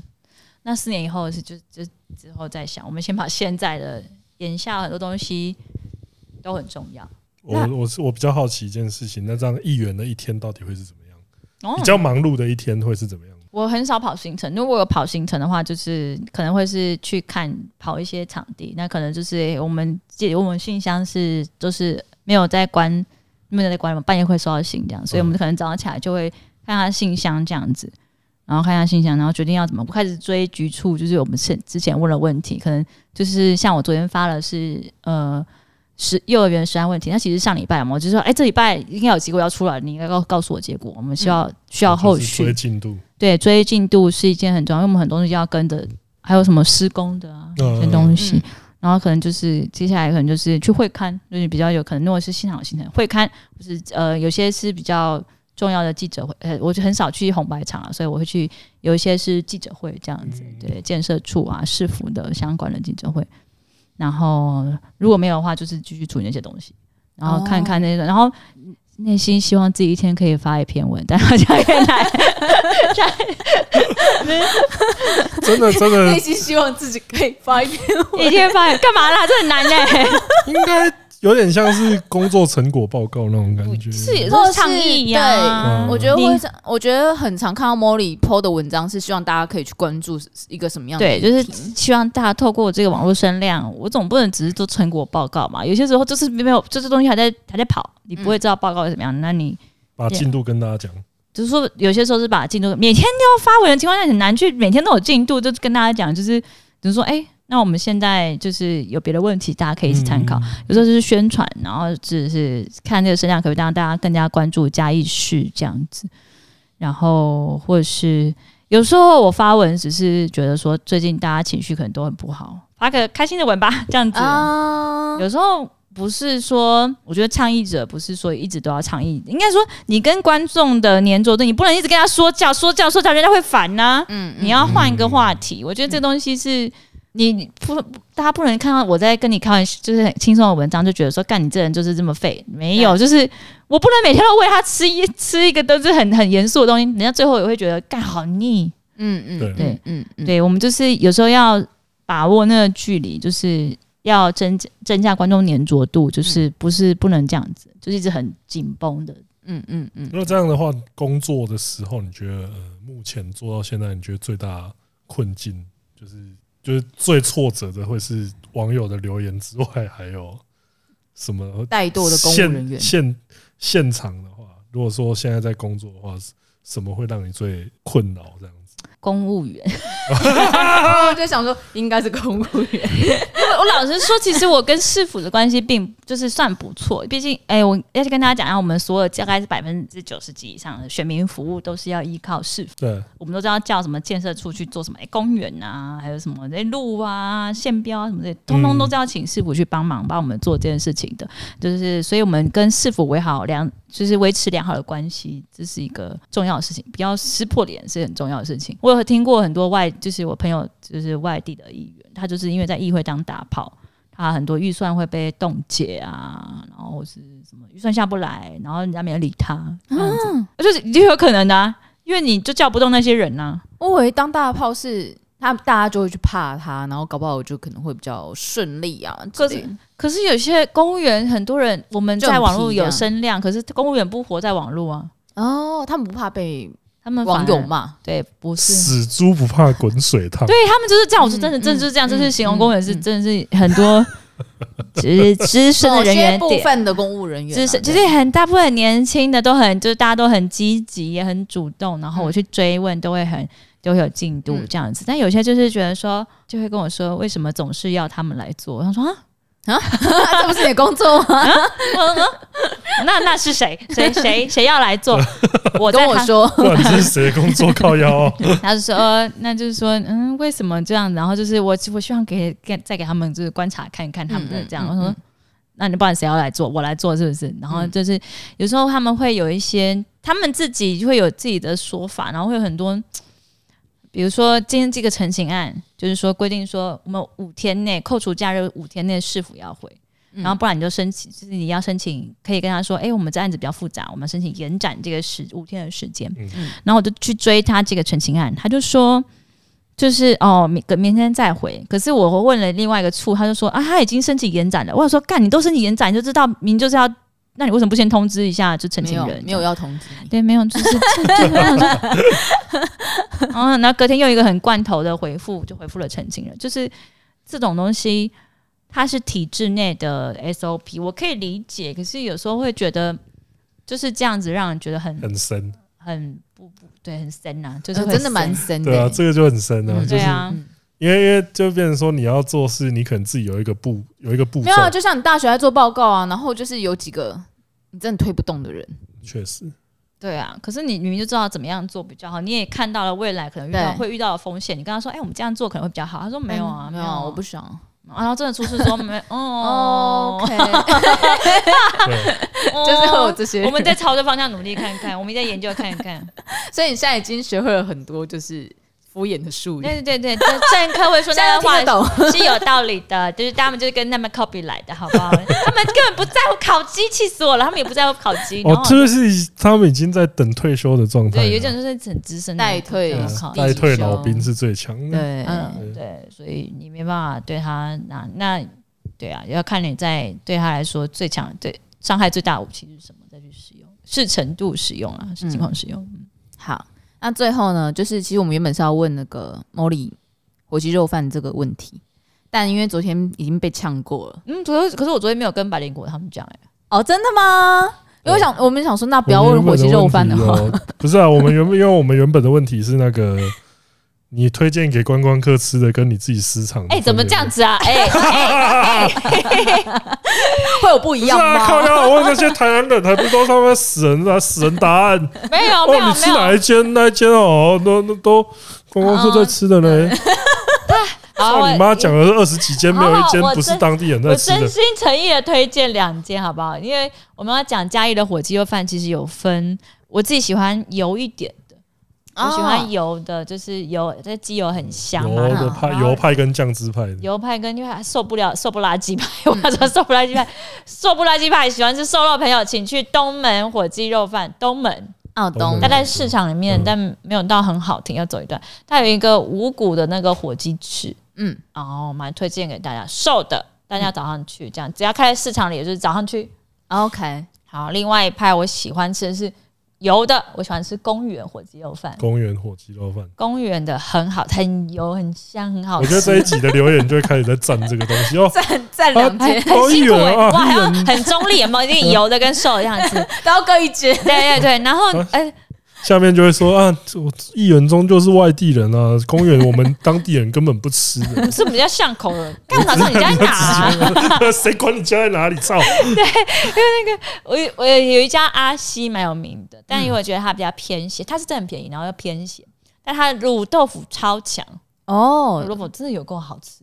D: 那四年以后是就就之后再想，我们先把现在的眼下很多东西都很重要。
C: 我我是我比较好奇一件事情，那这样议员的一天到底会是怎么样？
D: 哦
C: 比，较忙碌的一天会是怎么样？
D: 我很少跑行程，如果有跑行程的话，就是可能会是去看跑一些场地，那可能就是我们记我们信箱是就是没有在关，没有在关，半夜会收到信这样，所以我们可能早上起来就会看一下信箱这样子，然后看一下信箱，然后决定要怎么开始追局处，就是我们之之前问了问题，可能就是像我昨天发了是呃。是幼儿园食安问题，那其实上礼拜嘛，我就说，哎、这礼拜应该有结果要出来，你应该告告诉我结果，我们需要、需要后
C: 就是
D: 续
C: 追进度，
D: 对，追进度是一件很重要，因为我们很多东西要跟着，还有什么施工的啊
C: 嗯
D: 这些东西。然后可能就是接下来可能就是去会刊，就是比较有可能，如果是现场有行程会刊，就是呃有些是比较重要的记者会，呃我就很少去红白场啊，所以我会去有一些是记者会这样子，对建设处啊市府的相关的记者会。然后如果没有的话，就是继续处理那些东西，然后看看那个，然后内心希望自己一天可以发一篇文，但好像有点难。
C: 真的真的
A: 内心希望自己可以发一篇，
D: 一天发干嘛啦？这很难欸嘞、
C: 应该有点像是工作成果报告那种感觉。
D: 是也
A: 或是嗯
D: 是倡议呀、嗯
C: 对
A: 我觉得
D: 你
A: 会是，我觉得很常看到 Molly PO 的文章是希望大家可以去关注一个什么样的
D: 对，
A: 议题，
D: 就是希望大家透过这个网络声量，我总不能只是做成果报告嘛。有些时候就是没有，就是东西还在还在跑，你不
A: 嗯
D: 会知道报告是怎么样。那你
C: 把进度跟大家讲，
D: 就是说，有些时候是把进度每天都要发文的情况下，很难去每天都有进度。就是跟大家讲，就是就是说，哎、那我们现在就是有别的问题，大家可以一起参
C: 嗯
D: 考。有时候就是宣传，然后只是看这个声量，可不可以让大家更加关注嘉义市这样子。然后或者是有时候我发文，只是觉得说最近大家情绪可能都很不好，发个开心的文吧，这样子。
A: 啊，
D: 有时候不是说，我觉得倡议者不是说一直都要倡议，应该说你跟观众的粘着度，你不能一直跟他说教、说教、说教，人家会烦呐、
A: 嗯
D: 你要换一个话题，我觉得这东西是。你你不，大家不能看到我在跟你开玩笑，就是很轻松的文章，就觉得说，干你这人就是这么废。没有，就是我不能每天都喂他吃一吃一个都是很很严肃的东西，人家最后也会觉得干好腻。
A: 嗯嗯，
D: 对
A: 嗯嗯，
D: 对，我们就是有时候要把握那个距离，就是要增加增加观众粘着度，就是不是不能这样子，就是一直很紧绷的。
A: 嗯嗯嗯，
C: 如果这样的话，工作的时候，你觉得、呃、目前做到现在，你觉得最大困境就是就是最挫折的，会是网友的留言之外，还有什么
A: 怠惰的公务人员
C: 现。现现场的话，如果说现在在工作的话，是什么会让你最困扰？这样子，
D: 公务员，
A: 我就想说应该是公务员，因为
D: 我老实说，其实我跟市府的关系并就是算不错，毕竟哎、我要是跟大家讲一下，我们所有大概是百分之九十几以上的选民服务都是要依靠市府。
C: 对，
D: 我们都知道叫什么建设处去做什么，哎、公园啊，还有什么哎、路啊、线标啊什么的，通通都是要请市府去帮忙帮我们做这件事情的。就是，所以我们跟市府维好良，就是维持良好的关系，这是一个重要的事情。比较撕破脸是很重要的事情。我有听过很多外，就是我朋友就是外地的议员，他就是因为在议会当大炮。他很多预算会被冻结啊，然后是什么预算下不来，然后人家没人理他， 这样子，就是就有可能的啊、因为你就叫不动那些人啊呐、
A: 我以为当大炮是他，大家就会去怕他，然后搞不好就可能会比较顺利啊之
D: 可
A: 类的。
D: 是可是有些公务员，很多人我们
A: 就
D: 在
A: 很
D: 网络
A: 皮
D: 有
A: 啊
D: 声量，可是公务员不活在网络啊，
A: 哦，他们不怕被
D: 他们
A: 网
D: 反而
A: 友骂，
D: 对不是。
C: 死猪不怕滚水烫。
D: 对他们就是这样，我说真的，
A: 嗯
D: 真的就是这样，
A: 嗯
D: 这是形容
A: 嗯
D: 公务员是
A: 嗯
D: 真的是很 多，就是资深的
A: 某
D: 人
A: 些
D: 员
A: 部
D: 点，
A: 分的公务人员啊，
D: 资深
A: 对
D: 其实很大部分年轻的都很，就是大家都很积极，也很主动，然后我去追问都会很都会有进度
A: 嗯
D: 这样子，但有些就是觉得说，就会跟我说为什么总是要他们来做，他说啊，
A: 这不是你的工作吗？
D: 那那是谁？谁谁谁要来 做？我
A: 跟
D: 在
A: 我
D: 他，
A: 说，
C: 不然这是谁的工作靠腰哦？
D: 他就说，呃那就是说，嗯，为什么这样？然后就是我，我希望给给再给他们就是观察看看他们的
A: 嗯嗯
D: 这样。
A: 嗯
D: 我说
A: 嗯，
D: 那你不然谁要来做？我来做是不是？然后就是有时候他们会有一些，他们自己会有自己的说法，然后会有很多。比如说，今天这个成型案，就是说规定说，我们五天内扣除假日，五天内市府要回。
A: 嗯
D: 然后不然你就申请，就是你要申请，可以跟他说，哎、我们这案子比较复杂，我们申请延展这个时五天的时间。
C: 嗯
D: 然后我就去追他这个陈情案，他就说。就是哦，明明天再回。可是我问了另外一个处，他就说啊，他已经申请延展了。我想说，干，你都申请延展，你就知道明就是要，那你为什么不先通知一下就陈
A: 没
D: 情
A: 有
D: 人？
A: 没有要通知你，
D: 对，没有，就是就是没有就是 嗯，然后隔天又一个很罐头的回复，就回复了澄清了，就是这种东西，它是体制内的 SOP，我可以理解，可是有时候会觉得就是这样子，让人觉得很
C: 很深，
D: 很不不对，很深呐、就是
A: 呃
D: 会很
A: 真的蛮
D: 深
A: 深
C: 对啊，
A: 的。
C: 这个就很深啊，
A: 嗯
C: 就
D: 对
C: 是
D: 啊，
A: 嗯
C: 因为因为就变成说你要做事，你可能自己有一个步有一个步
A: 没有啊，
C: 骤，
A: 就像你大学在做报告啊，然后就是有几个你真的推不动的人，
C: 确实，
D: 对啊。可是你明明就知道怎么样做比较好，你也看到了未来可能遇到
A: 对
D: 会遇到的风险，你跟他说，哎、我们这样做可能会比较好，他说没有啊，
A: 嗯没有
D: 有
A: 啊，
D: 啊，
A: 我不想。
D: 啊。然后真的出事说没，哦，
A: OK，
C: 对，
A: 就是会有这些人
D: 我们再朝着方向努力看看，我们再研究看 看。
A: 所以你现在已经学会了很多就是敷衍的术语，
D: 对对对对，就政客会说
A: 现在
D: 那些
A: 听得
D: 话
A: 懂。
D: 是有道理的，就是他们就是跟他们 copy 来的，好不 好？他们根本不在乎烤鸡，气死我了！他们也不在乎烤鸡，然
C: 哦，
D: 后
C: 这个是他们已经在等退休的状态了，
D: 对，有一种就是很资深的
A: 待退
C: 对
D: 对
C: 啊
D: 烤鸡
A: 第
C: 待
A: 一
C: 退
A: 修
C: 老兵是最强 的，
A: 对
D: 嗯，对，所以你没办法对他那那对啊，要看你在对他来说最强对伤害最大的武器是什么，再去使用，是程度使用啊，是情况使用。
A: 好，那最后呢，就是其实我们原本是要问那个 Molly 火鸡肉饭这个问题，但因为昨天已经被呛过了。
D: 嗯，可是可是我昨天没有跟白灵果他们讲哎、
A: 哦，真的吗？因为我想，我们想说，那不要问火哦鸡肉饭的话，
C: 话，不是啊，我们原本因为我们原本的问题是那个。你推荐给观光客吃的，跟你自己私藏的分别，
D: 哎、怎么这样子啊？哎、
A: 会有不一
C: 不是
A: 样
C: 啊，靠
A: 吗？
C: 腰！我问那些台湾人，还不都他妈死人啊，死人答 案。
D: 没有没
C: 哦，
D: 有
C: 你
D: 没
C: 吃哪
D: 有
C: 一，间？那一间哦，都都都观光客在吃的呢。
D: 好，
C: 照
D: 我
C: 你妈讲的是二十几间，没有一间
D: 好好我
C: 不是
D: 真
C: 当地人在
D: 哦我
C: 吃
D: 真
C: 的。
D: 心诚意的推荐两间，好不好？因为我们要讲嘉义的火鸡肉饭，其实有分，我自己喜欢油一点的，我喜欢
A: 哦
D: 油的，就是油这鸡油很香
C: 油
D: 嘛。
C: 的派、油派跟酱汁派的，
D: 油派跟因为受不了瘦不拉鸡派，我要说瘦不拉鸡派， 瘦不拉鸡派喜欢吃瘦肉朋友，请去东门火鸡肉饭，东门
A: 哦，懂
C: 嗯
D: 它。在市场里面，但没有到很好听，要走一段。它有一个五谷的那个火鸡翅，
A: 嗯，
D: 然后蛮推荐给大家，瘦的大家早上去，这样只要开在市场里，也就是早上去。
A: 哦 OK，
D: 好，另外一派我喜欢吃的是油的，我喜欢吃公园火鸡肉饭，
C: 公园火鸡肉饭。
D: 公园的很好，很油，很香，很好
C: 我
D: 吃。
C: 觉得这一集的留言就会开始在赞这个东西 哦。
A: 赞赞
C: 两
A: 两
C: 间
A: 间
C: 哎，好
D: 很辛苦
C: 远
D: 欸，
C: 啊
D: 哇，还要
C: 远
D: 很中立，有没有？那个油的跟瘦的这样子，
A: 都要各一间。
D: 对对对。然后，哎、
C: 下面就会说啊，我议员中就是外地人啊，公园我们当地人根本不吃的，
D: 是我们家巷 口的，干哪上你家在哪、啊？
C: 谁管你家在哪里？操！
D: 我我有一家阿西蛮有名的，但
C: 嗯
D: 因为我觉得它比较偏咸，它是真的很便宜，然后又偏咸，但它的卤豆腐超强，卤
A: 哦，
D: 豆腐真的有够好吃。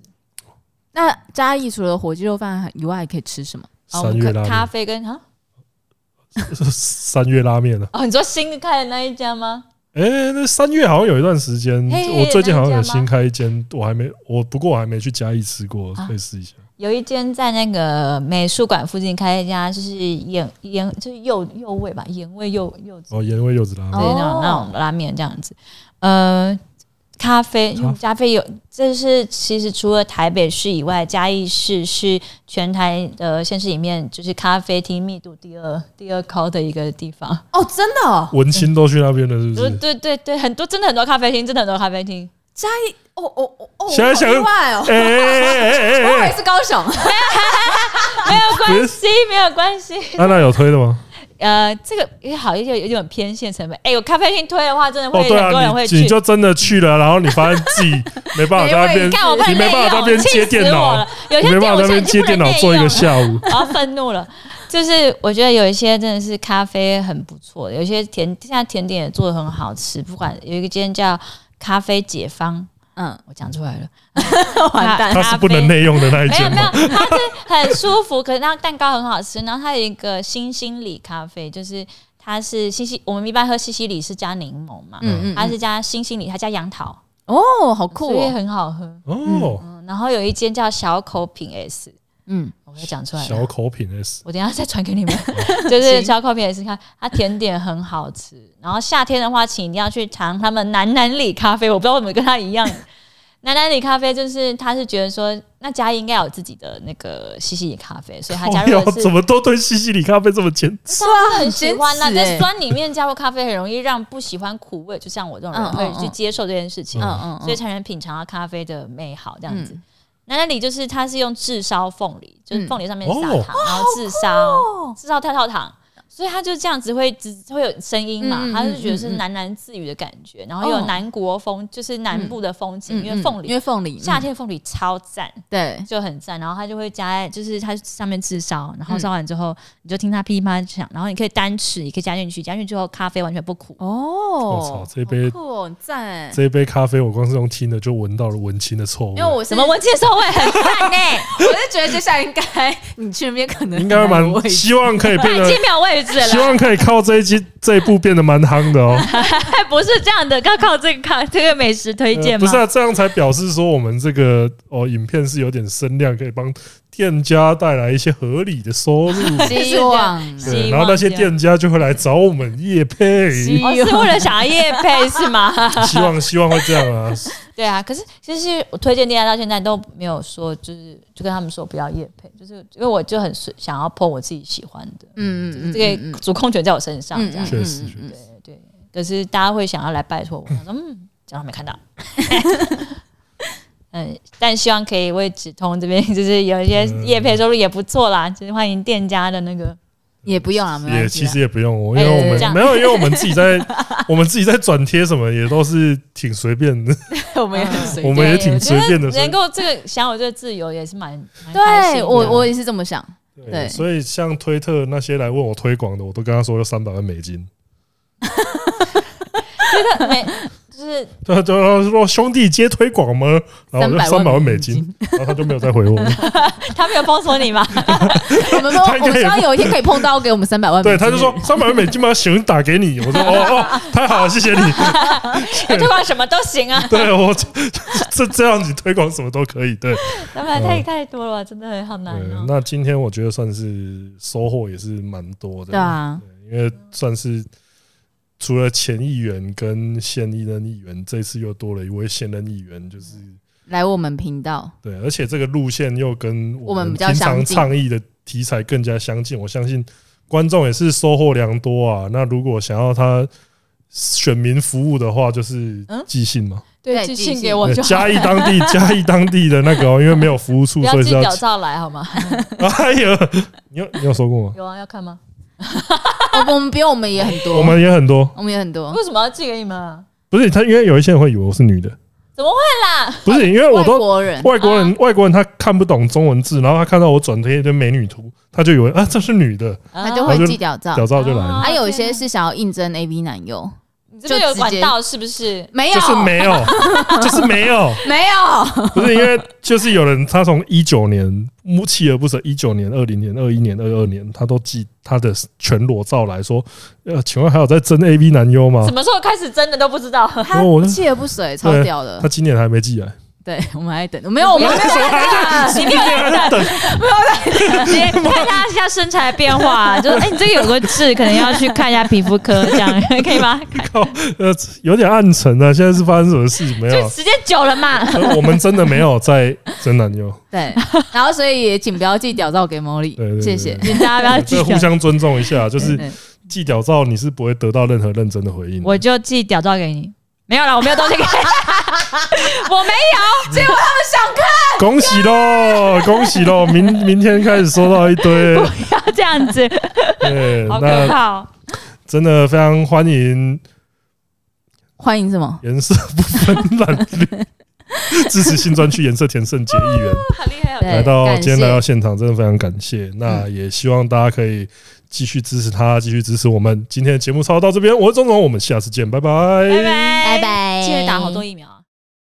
A: 那嘉义除了火鸡肉饭以外，还可以吃什么？
D: 然哦后我
C: 三月
D: 们
C: 拉
D: 咖
C: 面，
D: 啡跟啊
C: 三月拉面啊，
D: 哦，你说新开的那一家吗？
C: 哎、那三月好像有一段时间，
D: 嘿
C: 我最近好像有
D: 那一家
C: 新
D: 吗
C: 开一间，我还没，我不过我还没去嘉义吃过，
D: 啊
C: 可以试一下。
D: 有一间在那个美术馆附近开一家，就是盐盐就是柚柚味吧，盐味柚柚子
C: 哦，盐味柚子拉面，
D: 对，那种那种拉面这样子。呃，咖啡，因为我们咖啡有，这是其实除了台北市以外，嘉义市是全台的县市里面，就是咖啡厅密度第二第二高的一个地方。
A: 哦，真的、哦，
C: 文青都去那边了，是不
D: 对
C: 是？
D: 对对对，很多真的很多咖啡厅，真的很多咖啡厅。
A: 嘉义，哦哦哦哦，
C: 想一想
A: 我好意外哦，
C: 哎哎
A: 我
C: 哎
A: 以
C: 哎
A: 为
C: 哎，
A: 是高雄，
D: 关系没有关系，
C: 安娜有推的吗？
D: 呃，这个也好，有点有点偏线成本。哎、有咖啡厅推的话，真的会
C: 哦，对
D: 很多人
C: 啊，
D: 会
C: 你
D: 去
C: 你。就真的去了，然后你发现自己没办法在那边，
D: 看我快
C: 你没
D: 内
C: 办法在那边
D: 用，气
C: 接
D: 死
C: 电
D: 我
C: 脑
D: 了，！有
C: 你
D: 些
C: 没
D: 店
C: 办法在
D: 我
C: 那
D: 现在
C: 边接
D: 就不
C: 电
D: 能
C: 脑
D: 内
C: 做一
D: 用
C: 个
D: 了
C: 下午。
D: 我要愤怒了。就是我觉得有一些真的是咖啡很不错的，有一些甜现在甜点也做的很好吃。不管有一个间叫咖啡解方，
A: 嗯，
D: 我讲出来了，
A: 哦完蛋
D: 咖
C: 它是不能内用的那一
D: 没有
C: 间
D: 没有
C: 吗？，
D: 它是很舒服，可是那蛋糕很好吃。然后它有一个星星里咖啡，就是它是星星，我们一般喝西西里是加柠檬嘛，
A: 嗯嗯，
D: 它
A: 还
D: 是
A: 是
D: 加星星里，它加杨桃，
A: 哦，好酷
D: 所以
A: 哦，
D: 很好喝。
C: 哦，
D: 嗯，然后有一间叫小口品 S，
A: 嗯，
D: 我要讲出来了，
C: 小口品 S，
D: 我等一下再传给你们， 就是
A: 行
D: 烧烤片也是看它甜点很好吃。然后夏天的话，请一定要去尝他们南南里咖啡。我不知道我们跟他 一样，南南里咖啡就是他是觉得说，那嘉义应该有自己的那个西西里咖啡，所以他加入
C: 靠
D: 的
C: 腰哦怎
D: 是。
C: 么都对西西里咖啡这么坚持？
D: 大家都很喜欢啊呐、
A: 很坚持欸
D: 在酸里面加入咖啡，很容易让不喜欢苦味，就像我这种
A: 嗯
D: 人
A: 嗯
D: 会去
A: 嗯
D: 接受这件事情，
A: 嗯嗯，
D: 所以才能品尝到咖啡的美好。这
A: 这
D: 样子，南南里就是它是用炙烧凤梨，就是
A: 嗯
D: 凤梨上面撒
C: 哦
D: 糖，然后炙烧，
A: 哦，
D: 制造跳跳糖，所以他就这样子会只会有声音嘛，
A: 嗯嗯
D: 他就觉
A: 嗯嗯
D: 得
A: 哦
D: 是
A: 嗯
D: 喃喃自语的感觉，然后又有南国风，就是南部的风景，因为凤
A: 因
D: 梨
A: 为凤梨嗯
D: 夏天凤梨超赞，
A: 对，
D: 就很赞，然后它就会加在，就是它上面炙烧，
A: 嗯
D: 然后烧完之后你就听它噼啪响，然后你可以单吃，也可以加进去，加进去之后咖啡完全不苦。
A: 哦
C: 我操，这杯
A: 酷哦，很赞哎，
C: 这一杯咖啡，我光是用听的就闻到了文青的臭味
A: 因为，我是
D: 什么？文青受味 很赞呢、
A: 我是觉得接下来应该你去那边可能
C: 应该
A: 很难有
C: 蛮
A: 位置
C: 希望可以
D: 它
C: 变
D: 已
C: 得
D: 经，没有位置
C: 希
D: 了，
C: 望可以靠这一季这一步变得蛮夯的 哦。
D: 它不是这样的，要靠这个靠这个美食推荐
C: 呃
D: 吗？
C: 不是啊，这样才表示说我们这个哦，影片是有点声量，可以帮店家带来一些合理的收入。
A: 希望
D: 希
C: 对，
D: 望
C: 然后那些
D: 这样
C: 店家就会来找我们业配，
A: 希
D: 哦，是为了想要夜配是 吗？
C: 希望希望会这样啊。
D: 对啊，可是其实我推荐店家到现在都没有说，就是就跟他们说不要夜配，就是因为我就很随想要 po 我自己喜欢的，
A: 嗯嗯嗯，
D: 这
A: 嗯
D: 个主控权在我身上这样。
C: 确实确
A: 嗯嗯
D: 对对，可是大家会想要来拜托我，想说嗯，假装没看到。嗯，但希望可以为止痛这边就是有一些
A: 嗯
D: 夜配收入也不错啦，就是欢迎店家的那个
A: 也不用啊，没
C: 也
A: 关系
C: 其
A: 啦。
C: 实也不用哦，
D: 哎
C: 因为我
D: 这样
C: 们没有，因为我们自己在我们自己在转贴什么也都是挺随便的。
A: 我们也很随
C: 我
A: 便。
C: 们也挺随便的
D: 我觉得能够这个享有这个自由也是蛮蛮开心
A: 对
D: 的
A: 我我也是这么 想。对
C: 所以像推特那些来问我推广的，我都跟他说要三百万美金。
D: 觉 得没就是
C: 对对，然后说兄弟接推广吗？然后我就
A: 300万
C: 三百万美
A: 美
C: 金，然后他就没有再回我了。
D: 他没有封锁 你吗？
A: 我们说，
C: 他应
A: 我
C: 该
A: 们
C: 也
A: 希望有一天可以碰到给我们三百万。
C: 对，他就说三百万美金吗？行，打给你。我说哦哦，太好了，谢谢你。
D: 要推广什么都行啊，
C: 对我这这这样子推广什么都可以。对，
D: 要不然太太多了，真的很好难
C: 嗯对
D: 哦。
C: 那今天我觉得算是收获也是蛮多的。
A: 对啊，
C: 对，因为算是除了前议员跟现任议员，这次又多了一位现任议员，就是
A: 来我们频道，
C: 对，而且这个路线又跟
A: 我们比较
C: 平常
A: 相近
C: 倡议的题材更加相近，我相信观众也是收获良多啊。那如果想要他选民服务的话，就是
D: 嗯
C: 寄信嘛，
A: 对
D: 寄
A: 寄
D: 信
A: 信
D: 给我
C: 对
D: 就好
C: 嘉，义当地 嘉义当地的那个、哦，因为没有服务处，
D: 不
C: 所
D: 要
C: 以
D: 寄
C: 是要
D: 表
C: 寄。
D: 照来好吗？
C: 哎呀，你有你有收过吗？
D: 有啊，要看吗？
A: 哦我我们比我们也很多，
C: 我们也很多，
A: 我们也很多。
E: 为什么要寄给你们啊？
C: 不是他，因为有一些人会以为我是女的，
E: 怎么会啦？
C: 不是因为我
A: 外
C: 都
A: 国人，啊
C: 外国人，外国人他看不懂中文字，然后他看到我转贴一堆美女图，他就以为啊这是女的，
A: 他
D: 啊
A: 就会
C: 然后就
A: 寄屌照
C: 屌，照就来了，
A: 还有一些是想要应征 AV 男优，
E: 你这边有管道是不是？
A: 没有
C: 就，是没有， 就是没有，
A: 没有，
C: 不是因为就是有人他从一九年目锲而不舍，一九年、二零年、二一年、二二年，他都寄他的全裸照来说，呃，请问还有在争 AV 男优吗
E: 什？么时候开始真的都不知 道。
A: 他
C: 我就
A: 锲而不舍，超屌的
C: 他。今年还没寄 来，
A: 对，我们还等，没有，我们
C: 什么 还在？今年还在等？
D: 你看一下一下身材的变化，就是哎、你这个有个痣，可能要去看一下皮肤科，这样 可以吗？
C: 呃，有点暗沉啊，现在是发生什么事情没
D: 就
C: 有？啊
D: 时间久了嘛，
C: 呃我们真的没有在争 男优，
A: 对，然后所以也请不要寄屌照给某里
C: 对对，对
A: 谢谢。嗯
D: 请大家不要
C: 这
D: 计
C: 互
D: 较。
C: 相尊重一下，就是
D: 对对
C: 寄屌照，你是不会得到任何认真的回应的。
D: 我就寄屌照给你，没有了，我没有东西给你，我没有，结果
C: 恭喜喽，恭喜喽！明明天开始收到一堆，
D: 要这样子，
C: 对，
D: 好可
C: 那
D: 怕、哦。
C: 真的非常欢迎
A: 欢迎什么？
C: 颜色不分蓝绿，支持新专区颜色田胜杰议员
E: 好厉害哦！
A: 对
C: 来到
A: 感谢
C: 今天来到现场，真的非常感谢。那也希望大家可以继续支持他，继续支持我们。今天的节目差不多到这边，我是钟总，我们下次见，拜拜
D: 拜拜，
A: 拜拜
D: 记得打好多疫苗啊。